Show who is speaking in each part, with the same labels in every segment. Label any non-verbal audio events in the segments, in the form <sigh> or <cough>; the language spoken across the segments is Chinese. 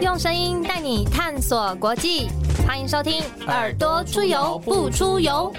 Speaker 1: 用声音带你探索国际，欢迎收听《耳朵出游不出游》。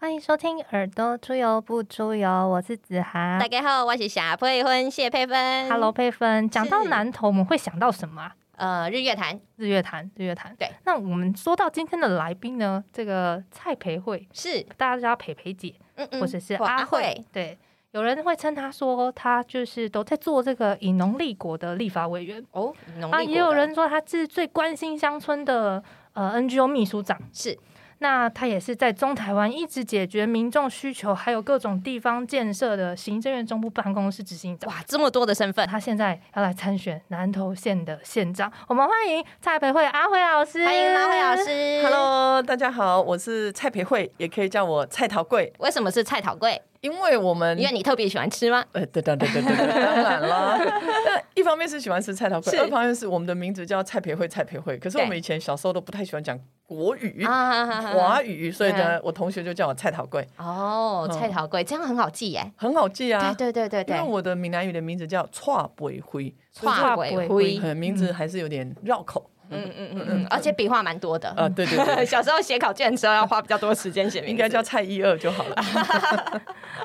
Speaker 1: 欢迎收听《耳朵出游不出游》，我是子涵
Speaker 2: 大。家好，我是夏佩芬谢佩芬。
Speaker 1: Hello，佩芬。讲到
Speaker 2: 是
Speaker 1: 南投，我们会想到什么、啊？
Speaker 2: 呃，日月潭
Speaker 1: 日月潭，日月潭。
Speaker 2: 对。
Speaker 1: 那我们说到今天的来宾呢，这个蔡培慧，
Speaker 2: 是，
Speaker 1: 大家叫她培培姐，
Speaker 2: 嗯嗯
Speaker 1: 或者是
Speaker 2: 或
Speaker 1: 阿慧。对，有人会称她说她就是都在做这个以农立国的立法委员。
Speaker 2: 哦，农历
Speaker 1: 啊，也
Speaker 2: 国
Speaker 1: 有
Speaker 2: 的
Speaker 1: 人说他是最关心乡村的呃 NGO 秘书长，
Speaker 2: 是
Speaker 1: 那他也是在中台湾一直解决民众需求，还有各种地方建设的行政院中部办公室执行长。
Speaker 2: 哇，这么多的身份，
Speaker 1: 他现在要来参选南投县的县长，我们欢迎蔡培慧阿辉老师，
Speaker 2: 欢迎阿慧老。师。
Speaker 3: Hello，大家好，我是蔡培慧，也可以叫我蔡桃贵，
Speaker 2: 为什么是菜桃贵？
Speaker 3: 因为我们
Speaker 2: 因为你特别喜欢吃吗？
Speaker 3: 呃，对对对对对，对当然
Speaker 2: <laughs>
Speaker 3: 啦。那一方面是喜欢吃菜桃贵，
Speaker 2: 是
Speaker 3: 二方面是我们的名字叫蔡培慧，蔡培慧。可是我们
Speaker 2: 对
Speaker 3: 以前小时候都不太喜欢讲国语、
Speaker 2: 啊哈哈
Speaker 3: 华语，所以
Speaker 2: 对啊
Speaker 3: 呢，我同学就叫我蔡桃贵，
Speaker 2: 哦，
Speaker 3: 嗯
Speaker 2: 菜桃贵这样很好记耶。
Speaker 3: 很好记啊。
Speaker 2: 对对对对
Speaker 3: 因为
Speaker 2: 对，
Speaker 3: 我的闽南语的名字叫蔡培慧，
Speaker 2: 跨
Speaker 1: 跨
Speaker 2: 鬼
Speaker 1: 鬼
Speaker 2: 灰，
Speaker 3: 呃，名字还是有点绕口。
Speaker 2: 嗯嗯嗯嗯，而且笔画蛮多的。，
Speaker 3: 啊，对对
Speaker 2: <laughs>
Speaker 3: 对
Speaker 2: 小时候写考卷的时候要花比较多时间写名字，
Speaker 3: 应该叫蔡一二就好了。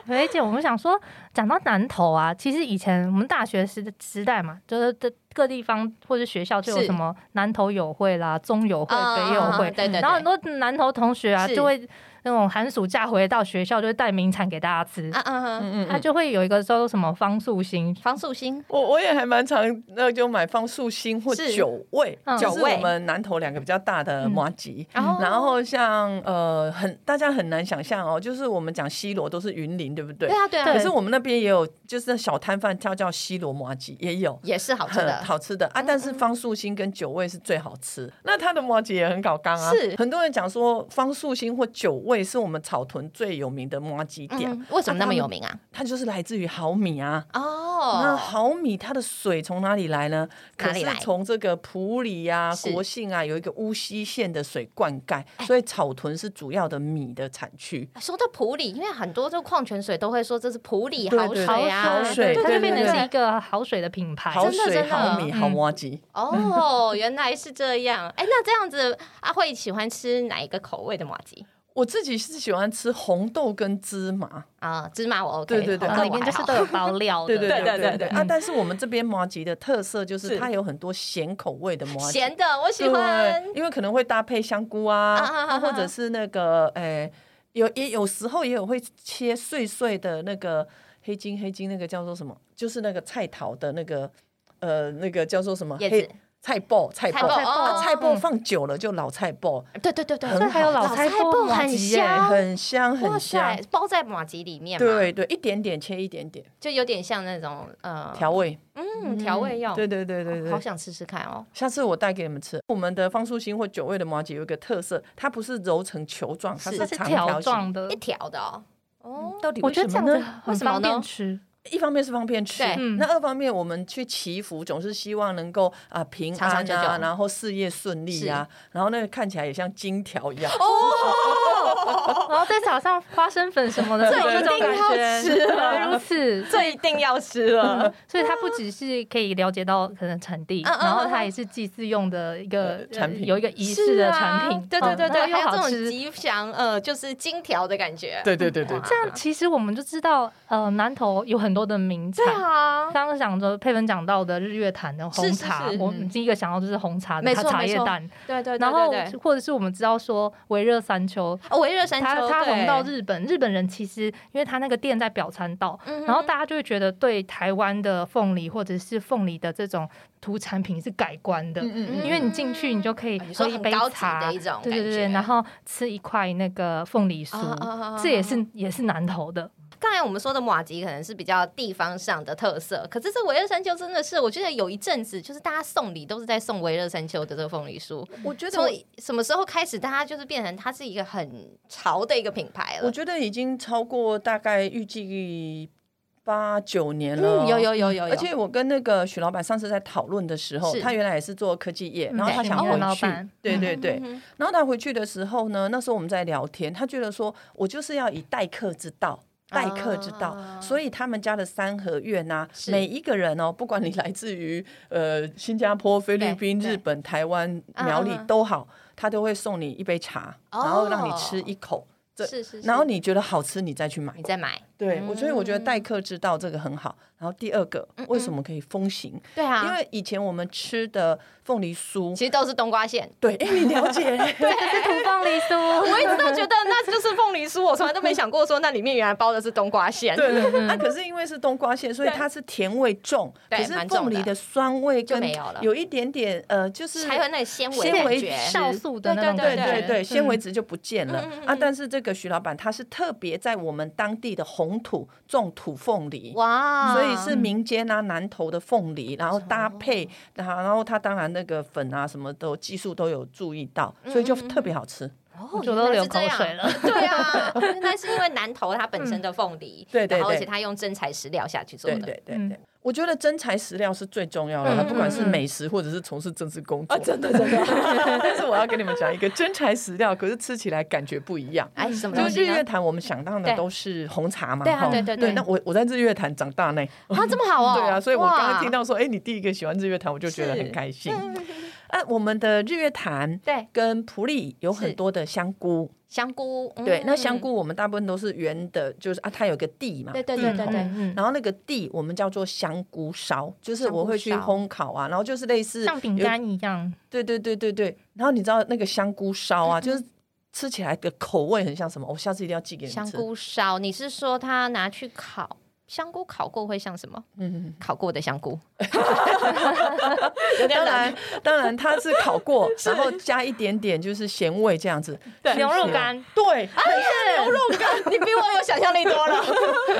Speaker 1: 培慧姐，我们想说，讲到南投啊，其实以前我们大学时时代嘛，就是各各地方或者学校就有
Speaker 2: 是
Speaker 1: 什么南投友会啦、中友会、
Speaker 2: 啊
Speaker 1: 北友会，
Speaker 2: 对对对，
Speaker 1: 然后很多南投同学啊，
Speaker 2: 是
Speaker 1: 就会那种寒暑假回到学校，就会带名产给大家吃。
Speaker 2: 啊啊啊，
Speaker 3: 嗯嗯
Speaker 1: 他就会有一个叫做什么方素心，
Speaker 2: 方素心
Speaker 3: 我我也还蛮常，那就买放素心或
Speaker 2: 是
Speaker 3: 酒味，
Speaker 1: 嗯
Speaker 3: 就是
Speaker 2: 酒味
Speaker 3: 我们南投两个比较大的麻吉。
Speaker 2: 哦
Speaker 3: 嗯然后像呃，很大家很难想象哦，就是我们讲西罗都是云林，对不对？
Speaker 2: 对啊对啊，
Speaker 1: 对
Speaker 3: 可是我们那边也有，就是那小摊贩，它叫西罗麻吉，也有。
Speaker 2: 也是好吃
Speaker 3: 很
Speaker 2: 的，嗯
Speaker 3: 好吃的啊，但是方素心跟酒味是最好吃。那它的麻吉也很搞刚啊，
Speaker 2: 是
Speaker 3: 很多人讲说方素心或酒味是我们草屯最有名的麻吉店，
Speaker 2: 嗯，为什么那么
Speaker 3: 啊他们
Speaker 2: 有名啊？
Speaker 3: 它就是来自于好米啊。那
Speaker 2: 哦，
Speaker 3: 毫米它的水从哪里来呢？
Speaker 2: 哪
Speaker 3: 可
Speaker 2: 里
Speaker 3: 是
Speaker 2: 来
Speaker 3: 从这个普里啊、
Speaker 2: 是哎
Speaker 3: 国姓啊有一个乌溪县的水灌溉，所以草屯是主要的米的产区。
Speaker 2: 说到普里，因为很多这个矿泉水都会说这是普里
Speaker 3: 对
Speaker 2: 好
Speaker 3: 对
Speaker 2: 水
Speaker 3: 对
Speaker 2: 啊，
Speaker 3: 好水
Speaker 1: 它就
Speaker 3: 对
Speaker 1: 变
Speaker 3: 对
Speaker 1: 成
Speaker 3: 对 <laughs>
Speaker 1: 是一个好水的品牌。
Speaker 3: 好
Speaker 2: 哎真的
Speaker 3: 水、
Speaker 2: 真的
Speaker 3: 好米、
Speaker 1: 嗯
Speaker 3: 好挖机，
Speaker 2: 哦，原来是这样。哎，那这样子，阿慧喜欢吃哪一个口味的麻吉
Speaker 3: 我自己是喜欢吃红豆跟芝麻，
Speaker 2: 啊？芝麻我 OK，
Speaker 3: 对对对
Speaker 2: 红
Speaker 1: 然
Speaker 2: 豆
Speaker 1: 后里
Speaker 2: 我
Speaker 1: 面就是
Speaker 2: 还好
Speaker 1: 都有包料的，
Speaker 3: <laughs> 对对
Speaker 2: 哦对对
Speaker 3: 对对
Speaker 2: 对嗯
Speaker 3: 对啊！但是我们这边麻吉的特色就是
Speaker 2: 是
Speaker 3: 它有很多咸口味的麻吉，
Speaker 2: 咸的，我喜
Speaker 3: 对，
Speaker 2: 欢。
Speaker 3: 因为可能会搭配香菇
Speaker 2: 啊啊啊
Speaker 3: 啊，
Speaker 2: 啊
Speaker 3: 或者是那个诶、有也有时候也有会切碎碎的那个黑金黑金那个叫做什么，就是那个菜桃的那个呃那个叫做什么
Speaker 2: 叶
Speaker 3: 黑
Speaker 2: 子
Speaker 3: 菜爆菜
Speaker 2: 菜
Speaker 3: 爆
Speaker 2: 爆哦
Speaker 3: 啊菜爆
Speaker 1: 嗯
Speaker 3: 放久了就老菜爆，
Speaker 2: 对对对对，
Speaker 3: 很好
Speaker 1: 还有老
Speaker 2: 老
Speaker 1: 菜
Speaker 2: 菜
Speaker 1: 脯
Speaker 2: 脯
Speaker 1: 麻
Speaker 2: 很
Speaker 1: 吉耶
Speaker 2: 香
Speaker 3: 很香
Speaker 2: 哇
Speaker 3: 很香
Speaker 2: 塞，，包在马吉里面嘛，
Speaker 3: 对对，一点点切一点点
Speaker 2: 就有点像那种呃，
Speaker 3: 调味，
Speaker 2: 嗯，调味药，
Speaker 3: 对对对对
Speaker 2: 好
Speaker 3: 对。
Speaker 2: 想吃吃看哦。
Speaker 3: 下次我带给你们吃。我们的方素心或酒味的麻吉有一个特色，它不是揉成球状，它
Speaker 2: 是
Speaker 1: 它
Speaker 3: 是
Speaker 1: 是
Speaker 3: 长
Speaker 1: 条
Speaker 3: 条形。
Speaker 1: 状的
Speaker 2: 一。条的哦，哦，
Speaker 3: 到底
Speaker 1: 我
Speaker 3: 为
Speaker 1: 觉得
Speaker 3: 什
Speaker 1: 这
Speaker 3: 么
Speaker 1: 样子
Speaker 3: 呢？
Speaker 1: 很
Speaker 2: 为什么
Speaker 1: 方
Speaker 2: 呢
Speaker 1: 便吃，
Speaker 3: 一方面是方便吃
Speaker 2: 对，
Speaker 1: 嗯
Speaker 3: 那二方面我们去祈福总是希望能够啊、平安
Speaker 2: 长
Speaker 3: 啊，
Speaker 2: 长久久
Speaker 3: 然后事业顺利啊，然后那个看起来也像金条一样。
Speaker 1: 哦然后再撒上花生粉什么的，
Speaker 2: 这
Speaker 1: 有
Speaker 2: 一
Speaker 1: 一种
Speaker 2: 定
Speaker 1: 感
Speaker 2: 要
Speaker 1: 觉。
Speaker 2: 吃
Speaker 1: 原
Speaker 2: 啊
Speaker 1: 来如 <laughs>
Speaker 2: <laughs>
Speaker 1: 此，嗯
Speaker 2: 这一定要吃了。
Speaker 1: 所以它不只是可以了解到可能产地，
Speaker 2: 嗯嗯嗯啊
Speaker 1: 然后它也是祭祀用的一个
Speaker 3: 呃产品
Speaker 1: 呃有一个仪式的产品。
Speaker 2: 对对对
Speaker 1: 嗯
Speaker 2: 对，
Speaker 1: 然后又
Speaker 2: 还有这
Speaker 1: 好
Speaker 2: 种
Speaker 1: 吃。
Speaker 2: 吉祥呃，就是金条的感觉。
Speaker 3: 对对对对
Speaker 2: 哇
Speaker 1: 这样其实我们就知道，呃，南投有很多的名产
Speaker 2: 对。啊，
Speaker 1: 刚刚讲着佩芬讲到的日月潭的红茶，
Speaker 2: 是是是
Speaker 1: 我们第一个想到就是红茶的
Speaker 2: 没错
Speaker 1: 茶茶叶
Speaker 2: 没错
Speaker 1: 蛋，
Speaker 2: 对对对
Speaker 1: 然后
Speaker 2: 对对
Speaker 1: 或者是我们知道说维热山丘，
Speaker 2: 哦维热山
Speaker 1: 它
Speaker 2: 丘，
Speaker 1: 它
Speaker 2: 对
Speaker 1: 红到，日本，日本人其实因为它那个店在表参道，
Speaker 2: 嗯
Speaker 1: 然后大家就会觉得对台湾的凤梨或者是凤梨的这种土产品是改观的，
Speaker 3: 嗯
Speaker 1: 因为你进去你就可以
Speaker 2: 啊你
Speaker 1: 喝
Speaker 2: 说
Speaker 1: 一
Speaker 2: 很
Speaker 1: 杯
Speaker 2: 高级
Speaker 1: 茶
Speaker 2: 的一，种
Speaker 1: 对对对，
Speaker 2: 感觉
Speaker 1: 然后吃一块那个凤梨酥，
Speaker 2: 啊啊啊啊
Speaker 1: 这也是也是南投
Speaker 2: <laughs>
Speaker 1: 的，
Speaker 2: 刚才我们说的马吉可能是比较地方上的特色，可是这维热山丘真的是，我记得有一阵子就是大家送礼都是在送维热山丘的这个凤梨酥。
Speaker 3: 我觉得
Speaker 2: 从
Speaker 3: 我。
Speaker 2: 什么时候开始，大家就是变成它是一个很潮的一个品牌
Speaker 3: 我
Speaker 2: 了？
Speaker 3: 觉得已经超过大概预计八九年了，
Speaker 2: 嗯，有有有有有，
Speaker 3: 而且我跟那个许老板上次在讨论的时候
Speaker 2: 是，
Speaker 3: 他原来也是做科技业，
Speaker 1: 嗯
Speaker 3: 然后他
Speaker 1: 对
Speaker 3: 想
Speaker 1: 你们老
Speaker 3: 回去
Speaker 1: 板，
Speaker 3: 对
Speaker 1: 嗯
Speaker 3: 对对
Speaker 2: 嗯，嗯
Speaker 3: 然后他回去的时候呢，那时候我们在聊天，他觉得说我就是要以待客之道。待客之道，
Speaker 2: 啊
Speaker 3: 所以他们家的三合院呐、
Speaker 2: 是
Speaker 3: 每一个人哦，不管你来自于呃新加坡、菲律宾、
Speaker 2: 对对
Speaker 3: 日本、台湾、
Speaker 2: 嗯
Speaker 3: 苗栗
Speaker 2: 嗯嗯
Speaker 3: 都好，他都会送你一杯茶，
Speaker 2: 哦
Speaker 3: 然后让你吃一口，这
Speaker 2: 是是是，
Speaker 3: 然后你觉得好吃，你再去买
Speaker 2: 你。再买，
Speaker 3: 对，我所以我觉得
Speaker 2: 嗯
Speaker 3: 待客之道这个很好。然后第二个，为什么可以风行？
Speaker 2: 对啊，
Speaker 3: 因为以前我们吃的凤
Speaker 2: <laughs>
Speaker 3: 梨酥，
Speaker 2: 其实都是冬瓜馅。
Speaker 3: 对，哎，你了解？对，
Speaker 1: 这是土凤梨酥， <laughs>
Speaker 2: 我一直都觉得那就是凤梨酥，我从来都没想过说那里面原来包的是冬瓜馅。
Speaker 3: 对对对，啊，可是因为是冬瓜馅，所以它是甜味重，
Speaker 2: 嗯对
Speaker 3: 可是
Speaker 2: 蛮重的
Speaker 3: 凤梨的酸味
Speaker 2: 就
Speaker 3: 跟
Speaker 2: 没有了
Speaker 3: 有一点点呃，就是
Speaker 2: 还有那个纤维 <laughs>
Speaker 3: 纤
Speaker 2: 感
Speaker 3: 维
Speaker 2: 觉，
Speaker 3: 质
Speaker 1: 酵素的那种
Speaker 2: 对
Speaker 3: 对
Speaker 1: 感觉，
Speaker 3: 对对，纤维
Speaker 1: 嗯
Speaker 3: 质就不见了
Speaker 2: 嗯嗯嗯
Speaker 3: 啊。
Speaker 2: 嗯
Speaker 3: 但是这个徐老板他是特别在我们当地的红土种土凤梨。
Speaker 2: 哇，嗯哦
Speaker 3: 所以是民间啊，南投的凤梨，然后搭配，然后然后它当然那个粉啊什么都技术都有注意到，所
Speaker 2: 嗯
Speaker 3: 以就特别好吃。
Speaker 2: 哦
Speaker 1: 我觉得都流口水。
Speaker 2: 原来是这样
Speaker 1: 了。
Speaker 2: <laughs> 对啊，
Speaker 3: <laughs>
Speaker 2: 那是因为南投它本身的凤梨，
Speaker 3: 嗯对对
Speaker 2: 然后
Speaker 3: 对
Speaker 2: 而且它用真材实料下去做
Speaker 3: 对
Speaker 2: 的，
Speaker 3: 对对
Speaker 1: 嗯
Speaker 3: 对，我觉得真材实料是最重要的
Speaker 1: 嗯
Speaker 3: 啦，不管是
Speaker 1: 嗯嗯
Speaker 3: 美食或者是从事政治工
Speaker 2: 啊
Speaker 3: 作，真的真的。 <laughs> 但是我要跟你们讲一个真材实料，可是吃起来感觉不一样。
Speaker 2: 哎，什么
Speaker 3: 就
Speaker 2: 东
Speaker 3: 日
Speaker 2: 西呢
Speaker 3: 月？潭，我们想到的
Speaker 2: 对
Speaker 3: 都是红茶嘛，
Speaker 2: 对啊，
Speaker 3: 吼
Speaker 2: 对对
Speaker 3: 对，那我我在日月潭长大呢，
Speaker 2: 啊，这么好哦，
Speaker 3: 对啊，所以我刚刚
Speaker 2: 哇
Speaker 3: 听，到说，哎，你第一个喜欢日月潭，我就觉得
Speaker 2: 是嗯
Speaker 3: 很开心。 <laughs> 啊，我们的日月潭
Speaker 2: 对
Speaker 3: 跟普里有很
Speaker 2: 是
Speaker 3: 多的香菇，
Speaker 2: 香菇，嗯
Speaker 3: 对，那香，菇我们大部分都是圆的，就是啊，它有个地嘛，
Speaker 2: 对对对
Speaker 3: 地
Speaker 2: 对
Speaker 3: 头
Speaker 2: 对，
Speaker 1: 嗯
Speaker 3: 然后那个地我们叫做香菇烧，就是
Speaker 2: 香菇
Speaker 3: 我会去
Speaker 2: 烧
Speaker 3: 烘烤啊，然后就是类似
Speaker 1: 像饼
Speaker 3: 有
Speaker 1: 干一样，
Speaker 3: 对对对对对。然后你知道那个香菇烧
Speaker 2: 嗯
Speaker 3: 啊，就是吃起来的口味很像什么？我下次一定要寄给你们
Speaker 2: 香
Speaker 3: 吃。
Speaker 2: 菇烧，你是说它拿去烤？香菇烤过会像什么？ <laughs>
Speaker 3: 嗯，
Speaker 2: 烤过的香菇，
Speaker 3: 当然当然它是烤
Speaker 2: <laughs>
Speaker 3: 过，然后加一点点就是咸味这样子。
Speaker 2: 对
Speaker 1: 牛肉干，
Speaker 3: 对，
Speaker 2: 牛肉干，你比我有想象力多了。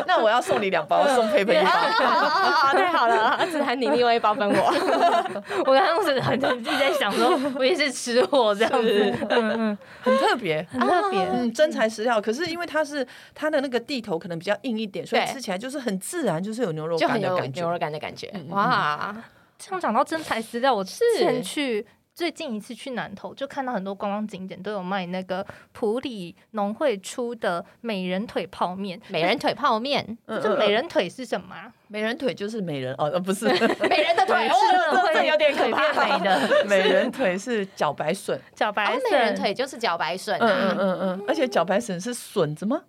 Speaker 3: 那我要送你两包，送佩佩一
Speaker 2: <laughs>
Speaker 3: 包。
Speaker 2: 啊，太好了，子涵你另外一包分我。
Speaker 1: <laughs> 我刚刚是很很自己在想 <laughs> 说，我也是吃货这样子，嗯嗯，
Speaker 3: 很特别。
Speaker 1: 很特别，
Speaker 3: 嗯，真材实料。可是因为它是它的那个地头可能比较硬一点，所以
Speaker 2: 对
Speaker 3: 吃起来就是很自然，就是有牛肉
Speaker 2: 就
Speaker 3: 干
Speaker 2: 很
Speaker 3: 的
Speaker 2: 有
Speaker 3: 感
Speaker 2: 牛肉
Speaker 3: 觉。
Speaker 2: 干的感觉，哇！
Speaker 1: 像讲到真材实料，我之前去最近一次去南投，就看到很多观光景点都有卖那个普里农会出的美人腿泡面。
Speaker 2: 美人腿泡面，
Speaker 3: 嗯
Speaker 1: 这美
Speaker 3: 嗯
Speaker 1: 人腿是什么啊？
Speaker 3: 美人腿就是美人哦，呃
Speaker 2: <laughs>
Speaker 3: 不是 <laughs>
Speaker 2: 美人的腿，哦
Speaker 1: 真的，
Speaker 2: 这这有点可
Speaker 1: 腿变
Speaker 2: 怕。
Speaker 1: 美
Speaker 2: <laughs>
Speaker 1: 的
Speaker 3: 美人腿是茭白笋。
Speaker 1: 小白
Speaker 2: 哦
Speaker 1: 笋，
Speaker 2: 美人腿就是茭白笋
Speaker 3: 嗯嗯
Speaker 2: 啊，
Speaker 3: 嗯嗯，而且茭白笋是笋子吗？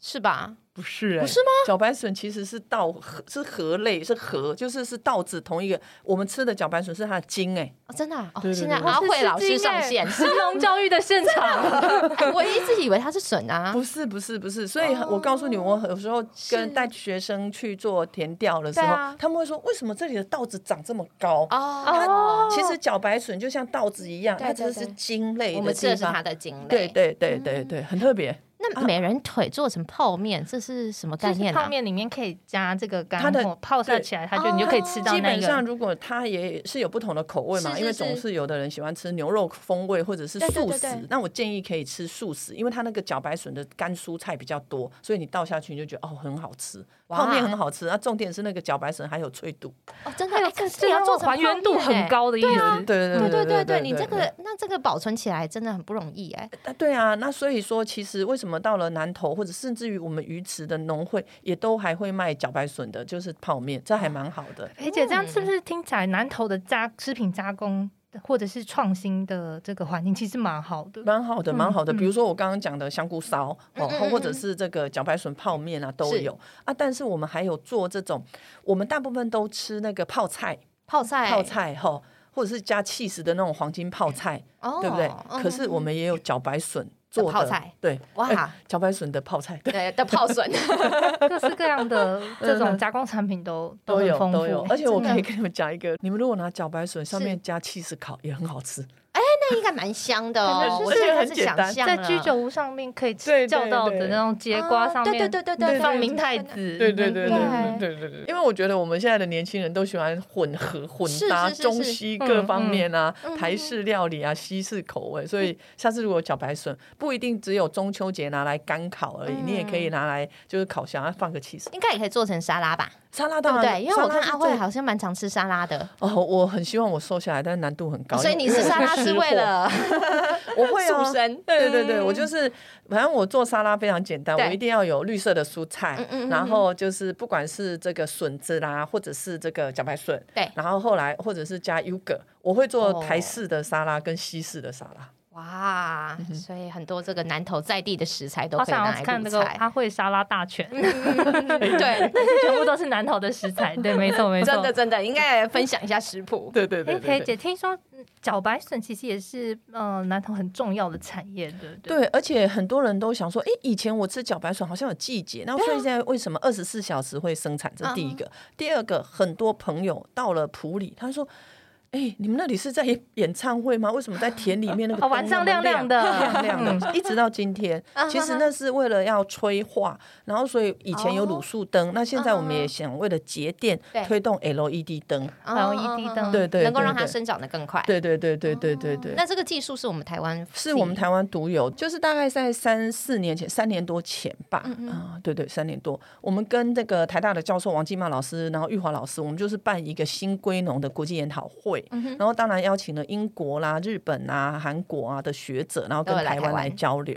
Speaker 2: 是吧？
Speaker 3: 不是、欸，不
Speaker 2: 是
Speaker 3: 吗？茭白笋其实是稻禾，是禾类，是禾，就是是稻子同一个。我们吃的茭白笋是它的茎、欸，
Speaker 2: 哦，真的啊哦，
Speaker 3: 对对
Speaker 2: 现在
Speaker 3: 对
Speaker 2: 阿慧老师上线，
Speaker 1: <laughs> 是农教育的现场。
Speaker 2: 哎我一直以为它是笋啊，哦
Speaker 3: 不是，不是，不是。所以我告诉你，我有时候
Speaker 2: 是
Speaker 3: 跟带学生去做田调的时
Speaker 2: 对
Speaker 3: 候，
Speaker 2: 啊
Speaker 3: 他们会说，为什么这里的稻子长这么高？
Speaker 2: 哦，
Speaker 3: 其实茭白笋就像稻子一样，
Speaker 2: 对
Speaker 3: 它只
Speaker 2: 对
Speaker 3: 是
Speaker 2: 对
Speaker 3: 茎类
Speaker 2: 我
Speaker 3: 的
Speaker 2: 们吃的
Speaker 3: 地
Speaker 2: 是
Speaker 3: 方
Speaker 2: 它。的嗯茎类。
Speaker 3: 对，对对对对，很特别。
Speaker 2: 那美人腿做成泡面，这是什么概
Speaker 1: 就是
Speaker 2: 念
Speaker 1: 泡
Speaker 2: 啊？
Speaker 1: 面里面可以加这个
Speaker 3: 它
Speaker 1: 干
Speaker 3: 的
Speaker 1: 货，泡晒起来，它就
Speaker 2: 哦
Speaker 1: 你就可以吃到
Speaker 3: 基
Speaker 1: 那
Speaker 3: 本上，
Speaker 1: 个。
Speaker 3: 如果它也是有不同的口味嘛，
Speaker 2: 是是
Speaker 3: 因为总
Speaker 2: 是
Speaker 3: 是有的人喜欢吃牛肉风味或者是
Speaker 2: 对对
Speaker 3: 素
Speaker 2: 对
Speaker 3: 食，
Speaker 2: 对
Speaker 3: 那我建议可以吃素食，因为它那个茭白笋的干蔬菜比较多，所以你倒下去你就觉得哦很好吃，
Speaker 2: 哇
Speaker 3: 泡面很好吃。那、重点是那个茭白笋还有脆度，
Speaker 2: 哦，真的，
Speaker 1: 还有
Speaker 2: 哎可是
Speaker 1: 这
Speaker 2: 你要
Speaker 1: 样
Speaker 2: 做成
Speaker 1: 还原度
Speaker 2: 泡面
Speaker 1: 很
Speaker 2: 哎
Speaker 1: 高的意思。
Speaker 3: 对对
Speaker 2: 对
Speaker 3: 对
Speaker 2: 对
Speaker 3: 对
Speaker 2: 对你这个那这个保存起来真的很不容易哎、
Speaker 3: 啊对啊，那所以说其实为什么到了南投或者甚至于我们鱼池的农会也都还会卖茭白笋的，就是泡面，这还蛮好的。
Speaker 1: 而且这样是
Speaker 3: 嗯
Speaker 1: 不是听起来南投的加食品加工或者是创新的这个环境其实蛮好的？
Speaker 3: 蛮好的，
Speaker 1: 嗯
Speaker 3: 蛮好的。
Speaker 1: 嗯
Speaker 3: 比如说我刚刚讲的香菇烧哦
Speaker 2: 嗯嗯，嗯
Speaker 3: 或者是这个茭白笋泡面啊，都
Speaker 2: 是
Speaker 3: 有啊。但是我们还有做这种，我们大部分都吃那个泡菜，
Speaker 2: 泡菜，
Speaker 3: 泡，菜哈，或者是加 cheese 的那种黄金泡菜，
Speaker 2: 哦
Speaker 3: 对不对？
Speaker 2: 嗯
Speaker 3: 可是我们也有茭白笋做的
Speaker 2: 泡菜，
Speaker 3: 对，
Speaker 2: 哇
Speaker 3: 哎茭白笋的泡菜，
Speaker 2: 嗯
Speaker 3: 对，
Speaker 2: 对的泡笋，
Speaker 1: 各式各样
Speaker 3: <laughs>
Speaker 1: 的这种加工产品都
Speaker 3: 嗯都
Speaker 1: 很
Speaker 3: 有
Speaker 1: 丰
Speaker 3: 都有。
Speaker 1: 富。
Speaker 3: 而且我
Speaker 2: 真的
Speaker 3: 可以跟你们讲一个，你们如果拿茭白笋上
Speaker 2: 是
Speaker 3: 面加 cheese 烤，也很好吃。
Speaker 2: 那应该蛮香的
Speaker 1: 感觉。
Speaker 2: 哦
Speaker 1: 就
Speaker 2: 我
Speaker 1: 是
Speaker 2: 现在
Speaker 3: 很
Speaker 2: 开始
Speaker 3: 简
Speaker 2: 想
Speaker 3: 单
Speaker 2: 象
Speaker 1: 在
Speaker 2: 了
Speaker 1: 居酒屋上面可以吃
Speaker 3: 对对
Speaker 1: 叫到的那种节瓜上面，
Speaker 2: 啊对对对对对
Speaker 1: 放
Speaker 2: 对
Speaker 1: 明太
Speaker 2: 对
Speaker 1: 子，
Speaker 2: 对
Speaker 3: 对对对，因为我觉得我们现在的年轻人都喜欢混合混搭
Speaker 2: 是是是是
Speaker 3: 中西各方面啊，
Speaker 2: 嗯嗯嗯
Speaker 3: 台式料理啊，西式口味，所以下次如果茭白笋不一定只有中秋节拿来干烤而已，
Speaker 2: 嗯
Speaker 3: 你也可以拿来就是烤箱啊放个 cheese
Speaker 2: 应该也可以做成沙拉吧，
Speaker 3: 沙拉
Speaker 2: 对
Speaker 3: 当
Speaker 2: 不
Speaker 3: 然
Speaker 2: 对？因为我看
Speaker 3: 沙拉是
Speaker 2: 阿
Speaker 3: 最
Speaker 2: 慧好像蛮常吃沙拉的，
Speaker 3: 哦，我很希望我瘦下来，但是难度很高，
Speaker 2: 所以你是沙拉是为
Speaker 3: 因
Speaker 2: 的 <laughs>
Speaker 3: 我会
Speaker 2: 畜
Speaker 3: 啊，
Speaker 2: 生，
Speaker 3: 对对对，我就是，反正我做沙拉非常简单，
Speaker 2: 嗯对
Speaker 3: 我一定要有绿色的蔬菜，
Speaker 2: 嗯嗯嗯
Speaker 3: 然后就是不管是这个笋子啦，或者是这个茭白笋，
Speaker 2: 对
Speaker 3: 然后后来或者是加 yogurt，我会做
Speaker 2: 哦
Speaker 3: 台式的沙拉跟西式的沙拉。
Speaker 2: 哇，所以很多这个南投在地的食材都
Speaker 1: 好
Speaker 2: 可以
Speaker 1: 想
Speaker 2: 拿
Speaker 1: 要
Speaker 2: 来
Speaker 1: 看
Speaker 2: 入
Speaker 1: 那个啊
Speaker 2: 菜
Speaker 1: 阿慧沙拉大
Speaker 3: <laughs>
Speaker 1: 全，
Speaker 2: <laughs> 对，
Speaker 1: 全部都是南投的食材。对，没错没错，
Speaker 2: 真的真的应该来分享一下食谱。
Speaker 3: 对对
Speaker 1: 哎，裴姐，听说嗯茭白笋其实也是呃南投很重要的产业，对不对？
Speaker 3: 对，而且很多人都想说，哎，以前我吃茭白笋好像有季节，那
Speaker 1: 啊
Speaker 3: 所以现在为什么二十四小时会生产？这是
Speaker 1: 嗯
Speaker 3: 第一个。第二个，很多朋友到了普里，他说。哎、你们那里是在演演唱会吗？为什么在田里面那
Speaker 1: <laughs>
Speaker 3: 个
Speaker 1: 哦晚
Speaker 3: 灯
Speaker 1: 上
Speaker 3: 那么
Speaker 1: 亮亮
Speaker 3: 亮
Speaker 1: 的嗯
Speaker 3: 亮亮的，一直到今天
Speaker 2: 啊。
Speaker 3: 其实那是为了要催化，然后所以以前有
Speaker 2: 哦
Speaker 3: 卤素灯，那现
Speaker 1: 嗯
Speaker 3: 在我们也想为了节电
Speaker 2: 对
Speaker 3: 推动 LED 灯。
Speaker 1: 然后一滴灯
Speaker 3: 对对
Speaker 2: E 能够
Speaker 3: 对
Speaker 2: 让它
Speaker 3: 对
Speaker 2: 生长得更快。
Speaker 3: 对对对对对对对。
Speaker 2: 那这个技术是我们台湾自己，
Speaker 3: 是我们台湾独有，就是大概在三四年前，三年多前吧，啊、对对，三年多，我们跟那个台大的教授王金茂老师，然后玉华老师，我们就是办一个新归农的国际研讨会，然后当然邀请了英国啦、日本啊、韩国啊的学者，然后跟
Speaker 2: 都有来
Speaker 3: 台
Speaker 2: 台
Speaker 3: 湾
Speaker 2: 湾
Speaker 3: 来交流。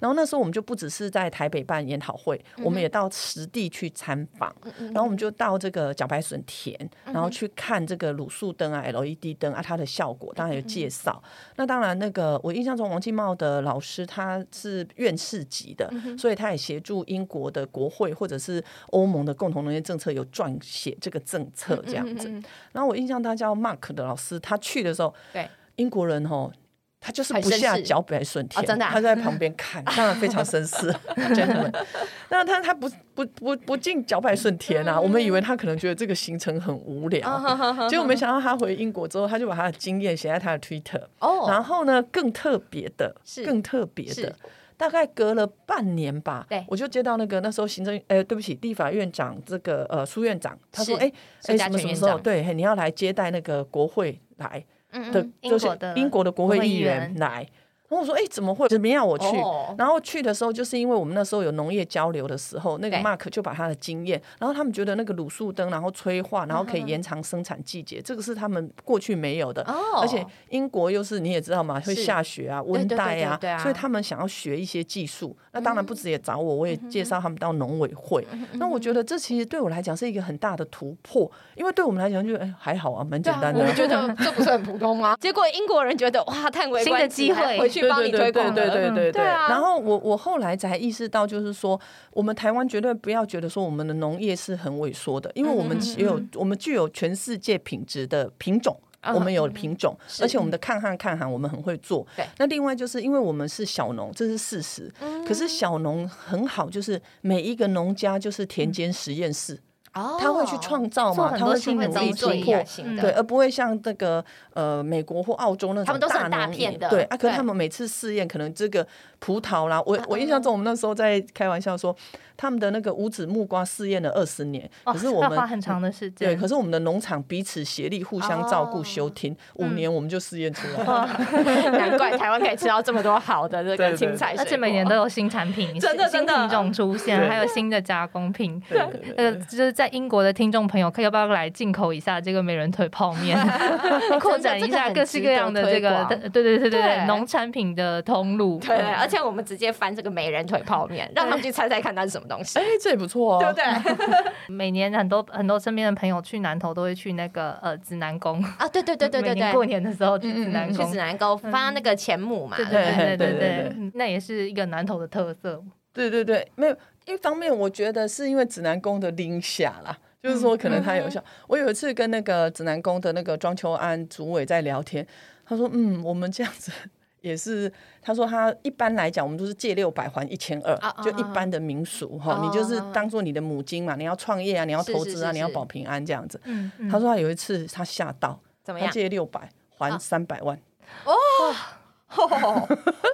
Speaker 3: 然后那时候我们就不只是在台北办研讨会，我们也到实地去参访，然后我们就到这个茭白笋田，然后去看这个卤素灯啊、LED 灯啊它的效果，当然有介绍。那当然，那个我印象中王金茂的老师他是院士级的，
Speaker 2: 嗯
Speaker 3: 所以他也协助英国的国会或者是欧盟的共同农业政策有撰写这个政策
Speaker 2: 嗯
Speaker 3: 这样子。然后我印象他叫 Mark 的老师，他去的时候，
Speaker 2: 对
Speaker 3: 英国人哦。他就是
Speaker 2: 很
Speaker 3: 不
Speaker 2: 绅
Speaker 3: 下
Speaker 2: 士
Speaker 3: 脚白顺田，
Speaker 2: 哦真的啊
Speaker 3: 他就在旁边看，当然非常绅
Speaker 2: <laughs>
Speaker 3: 士 gentleman。那他他不不不不进脚白顺田
Speaker 2: 嗯
Speaker 3: 啊，我们以为他可能觉得这个行程很无聊，结果没想到他回英国之后，他就把他的经验写在他的 Twitter。
Speaker 2: 哦，
Speaker 3: 然后呢，更特别的，
Speaker 2: 是
Speaker 3: 更特别
Speaker 2: 是
Speaker 3: 的，大概隔了半年吧，
Speaker 2: 对
Speaker 3: 我就接到那个那时候行政，呃，对不起，立法院长这个呃苏院长，他说，
Speaker 2: 是
Speaker 3: 哎
Speaker 2: 苏
Speaker 3: 哎，
Speaker 2: 家
Speaker 3: 什么什
Speaker 2: 全
Speaker 3: 么
Speaker 2: 院
Speaker 3: 时候
Speaker 2: 长
Speaker 3: 对，嘿你要来接待那个国会来
Speaker 2: 嗯
Speaker 3: 的
Speaker 2: 嗯，，
Speaker 1: 英
Speaker 3: 就是
Speaker 1: 国的
Speaker 3: 英国的国
Speaker 1: 国
Speaker 3: 会
Speaker 1: 会议
Speaker 3: 议员
Speaker 1: 员
Speaker 3: 来。然后我说，哎，怎么会？怎么样？我去
Speaker 2: 哦。
Speaker 3: 然后去的时候，就是因为我们那时候有农业交流的时候，那个
Speaker 2: 对
Speaker 3: Mark 就把他的经验，然后他们觉得那个卤素灯，然后催化，然后可以延长生产季节，这个是他们过去没有的。
Speaker 2: 嗯哦，
Speaker 3: 而且英国又是你也知道嘛，会
Speaker 2: 是
Speaker 3: 下雪啊、温带
Speaker 2: 对对对对对啊嗯
Speaker 3: 所以他们想要学一些技术。那当然不止也找我，我也介绍他们到农委会。那我觉得这其实对我来讲是一个很大的突破，因为对我们来讲就哎还好啊，蛮
Speaker 2: 对
Speaker 3: 简
Speaker 2: 啊
Speaker 3: 单
Speaker 2: 我
Speaker 3: 的啊、
Speaker 2: 们觉
Speaker 3: <laughs>
Speaker 2: 得这不是很普通吗？结果英国人觉得哇，叹为
Speaker 1: 新的
Speaker 2: 观止
Speaker 1: 机
Speaker 2: 还
Speaker 1: 会
Speaker 2: 回去帮你推广了。
Speaker 3: 对对对对对
Speaker 2: 对啊
Speaker 3: 然后我我后来才意识到，就是说，我们台湾绝对不要觉得说我们的农业是很萎缩的，因为我
Speaker 2: 嗯
Speaker 3: 们只有、我们具有全世界品质的品种。
Speaker 2: 啊
Speaker 3: 我们有品种，而且我们的抗旱抗寒我们很会做
Speaker 2: 嗯对。嗯
Speaker 3: 那另外就是因为我们是小农，这是事实。可是小农很好，就是每一个农家就是田间实验室，
Speaker 2: 哦
Speaker 3: 他会去
Speaker 2: <laughs>
Speaker 3: 创造
Speaker 1: 做
Speaker 3: 嘛，
Speaker 1: 很
Speaker 3: 他
Speaker 1: 多
Speaker 3: 会去
Speaker 1: 新的
Speaker 3: 努
Speaker 1: 造
Speaker 3: 力突
Speaker 1: 作
Speaker 2: 一
Speaker 3: 破
Speaker 2: 下，新
Speaker 1: 嗯
Speaker 2: 的，
Speaker 3: 对，而不会像那个呃美国或澳洲那种
Speaker 2: 他们都是很大
Speaker 3: 农
Speaker 2: 片
Speaker 3: 业
Speaker 2: 的
Speaker 3: 对啊，可是
Speaker 2: 对嗯
Speaker 3: 他们每次试验可能这个葡萄啦，我我印象中我们那时候在开玩笑说，他们的那个五指木瓜试验了二十年，
Speaker 1: 哦
Speaker 3: 可是我
Speaker 1: 要
Speaker 3: 们嗯
Speaker 1: 花很长的时
Speaker 3: 对，
Speaker 1: 间。
Speaker 3: 可是我们的农场彼此协力，互相照顾、
Speaker 2: 哦
Speaker 3: 休庭，五年我们就试验出
Speaker 2: <laughs>
Speaker 3: 来了。
Speaker 2: 难怪台湾可以吃到这么多好的这
Speaker 3: 对
Speaker 2: 个
Speaker 3: 对
Speaker 2: 青菜水
Speaker 1: 而
Speaker 2: 果，
Speaker 1: 且每年都有新产品，
Speaker 2: 真的
Speaker 1: 新
Speaker 2: 真的
Speaker 1: 品种出现，
Speaker 3: 对
Speaker 1: 还有新的加工品。
Speaker 3: 对对
Speaker 2: <laughs>
Speaker 3: 对
Speaker 1: 呃，就是在英国的听众朋友，可以要不要来进口一下这个美人腿泡面，扩展一下各式各样的这
Speaker 2: 这个
Speaker 1: 个
Speaker 2: 很值得推广，
Speaker 1: 对对对对对，
Speaker 2: 对
Speaker 1: 农产品的通路。
Speaker 2: 对，而且我们直接翻这个美人腿泡面，让他们去猜猜看它是什么东
Speaker 3: <laughs>
Speaker 2: 西
Speaker 3: 哎，，这也不错
Speaker 2: 对不
Speaker 3: 哦。
Speaker 2: 对？
Speaker 1: 每年很多很多身边的朋友去南投都会去那个呃指南宫，
Speaker 2: 啊，对对对
Speaker 1: <laughs>
Speaker 2: 对
Speaker 1: 每
Speaker 2: 对
Speaker 1: 年
Speaker 2: 对，
Speaker 1: 过年的时候去指南
Speaker 2: 去
Speaker 1: 宫
Speaker 2: 指，南沟发那个钱母嘛，
Speaker 1: 对
Speaker 2: 不
Speaker 1: 对对对
Speaker 3: 对对
Speaker 1: 对
Speaker 3: 对
Speaker 1: 嗯那也是一个南投的特色。
Speaker 3: 对对对，没有。一方面，我觉得是因为指南宫的拎下啦，就是
Speaker 2: 嗯
Speaker 3: 说可能他有效。我有一次跟那个指南宫的那个庄秋安主委在聊天，他说：“嗯，我们这样子 <laughs> 也是。”他说：“他一般来讲，我们都是借六百还一千二
Speaker 2: 啊啊，
Speaker 3: 就一般的民俗哈。你就是当做你的母金嘛，你要创业啊，你要投
Speaker 2: 是是
Speaker 3: 资
Speaker 2: 是
Speaker 3: 啊，你要
Speaker 2: 是
Speaker 3: 保平安这样子。”
Speaker 1: 嗯，嗯
Speaker 3: 他说他有一次他吓到，
Speaker 2: 怎么
Speaker 3: 他
Speaker 2: 样？
Speaker 3: 借六百还三百万，
Speaker 2: 哦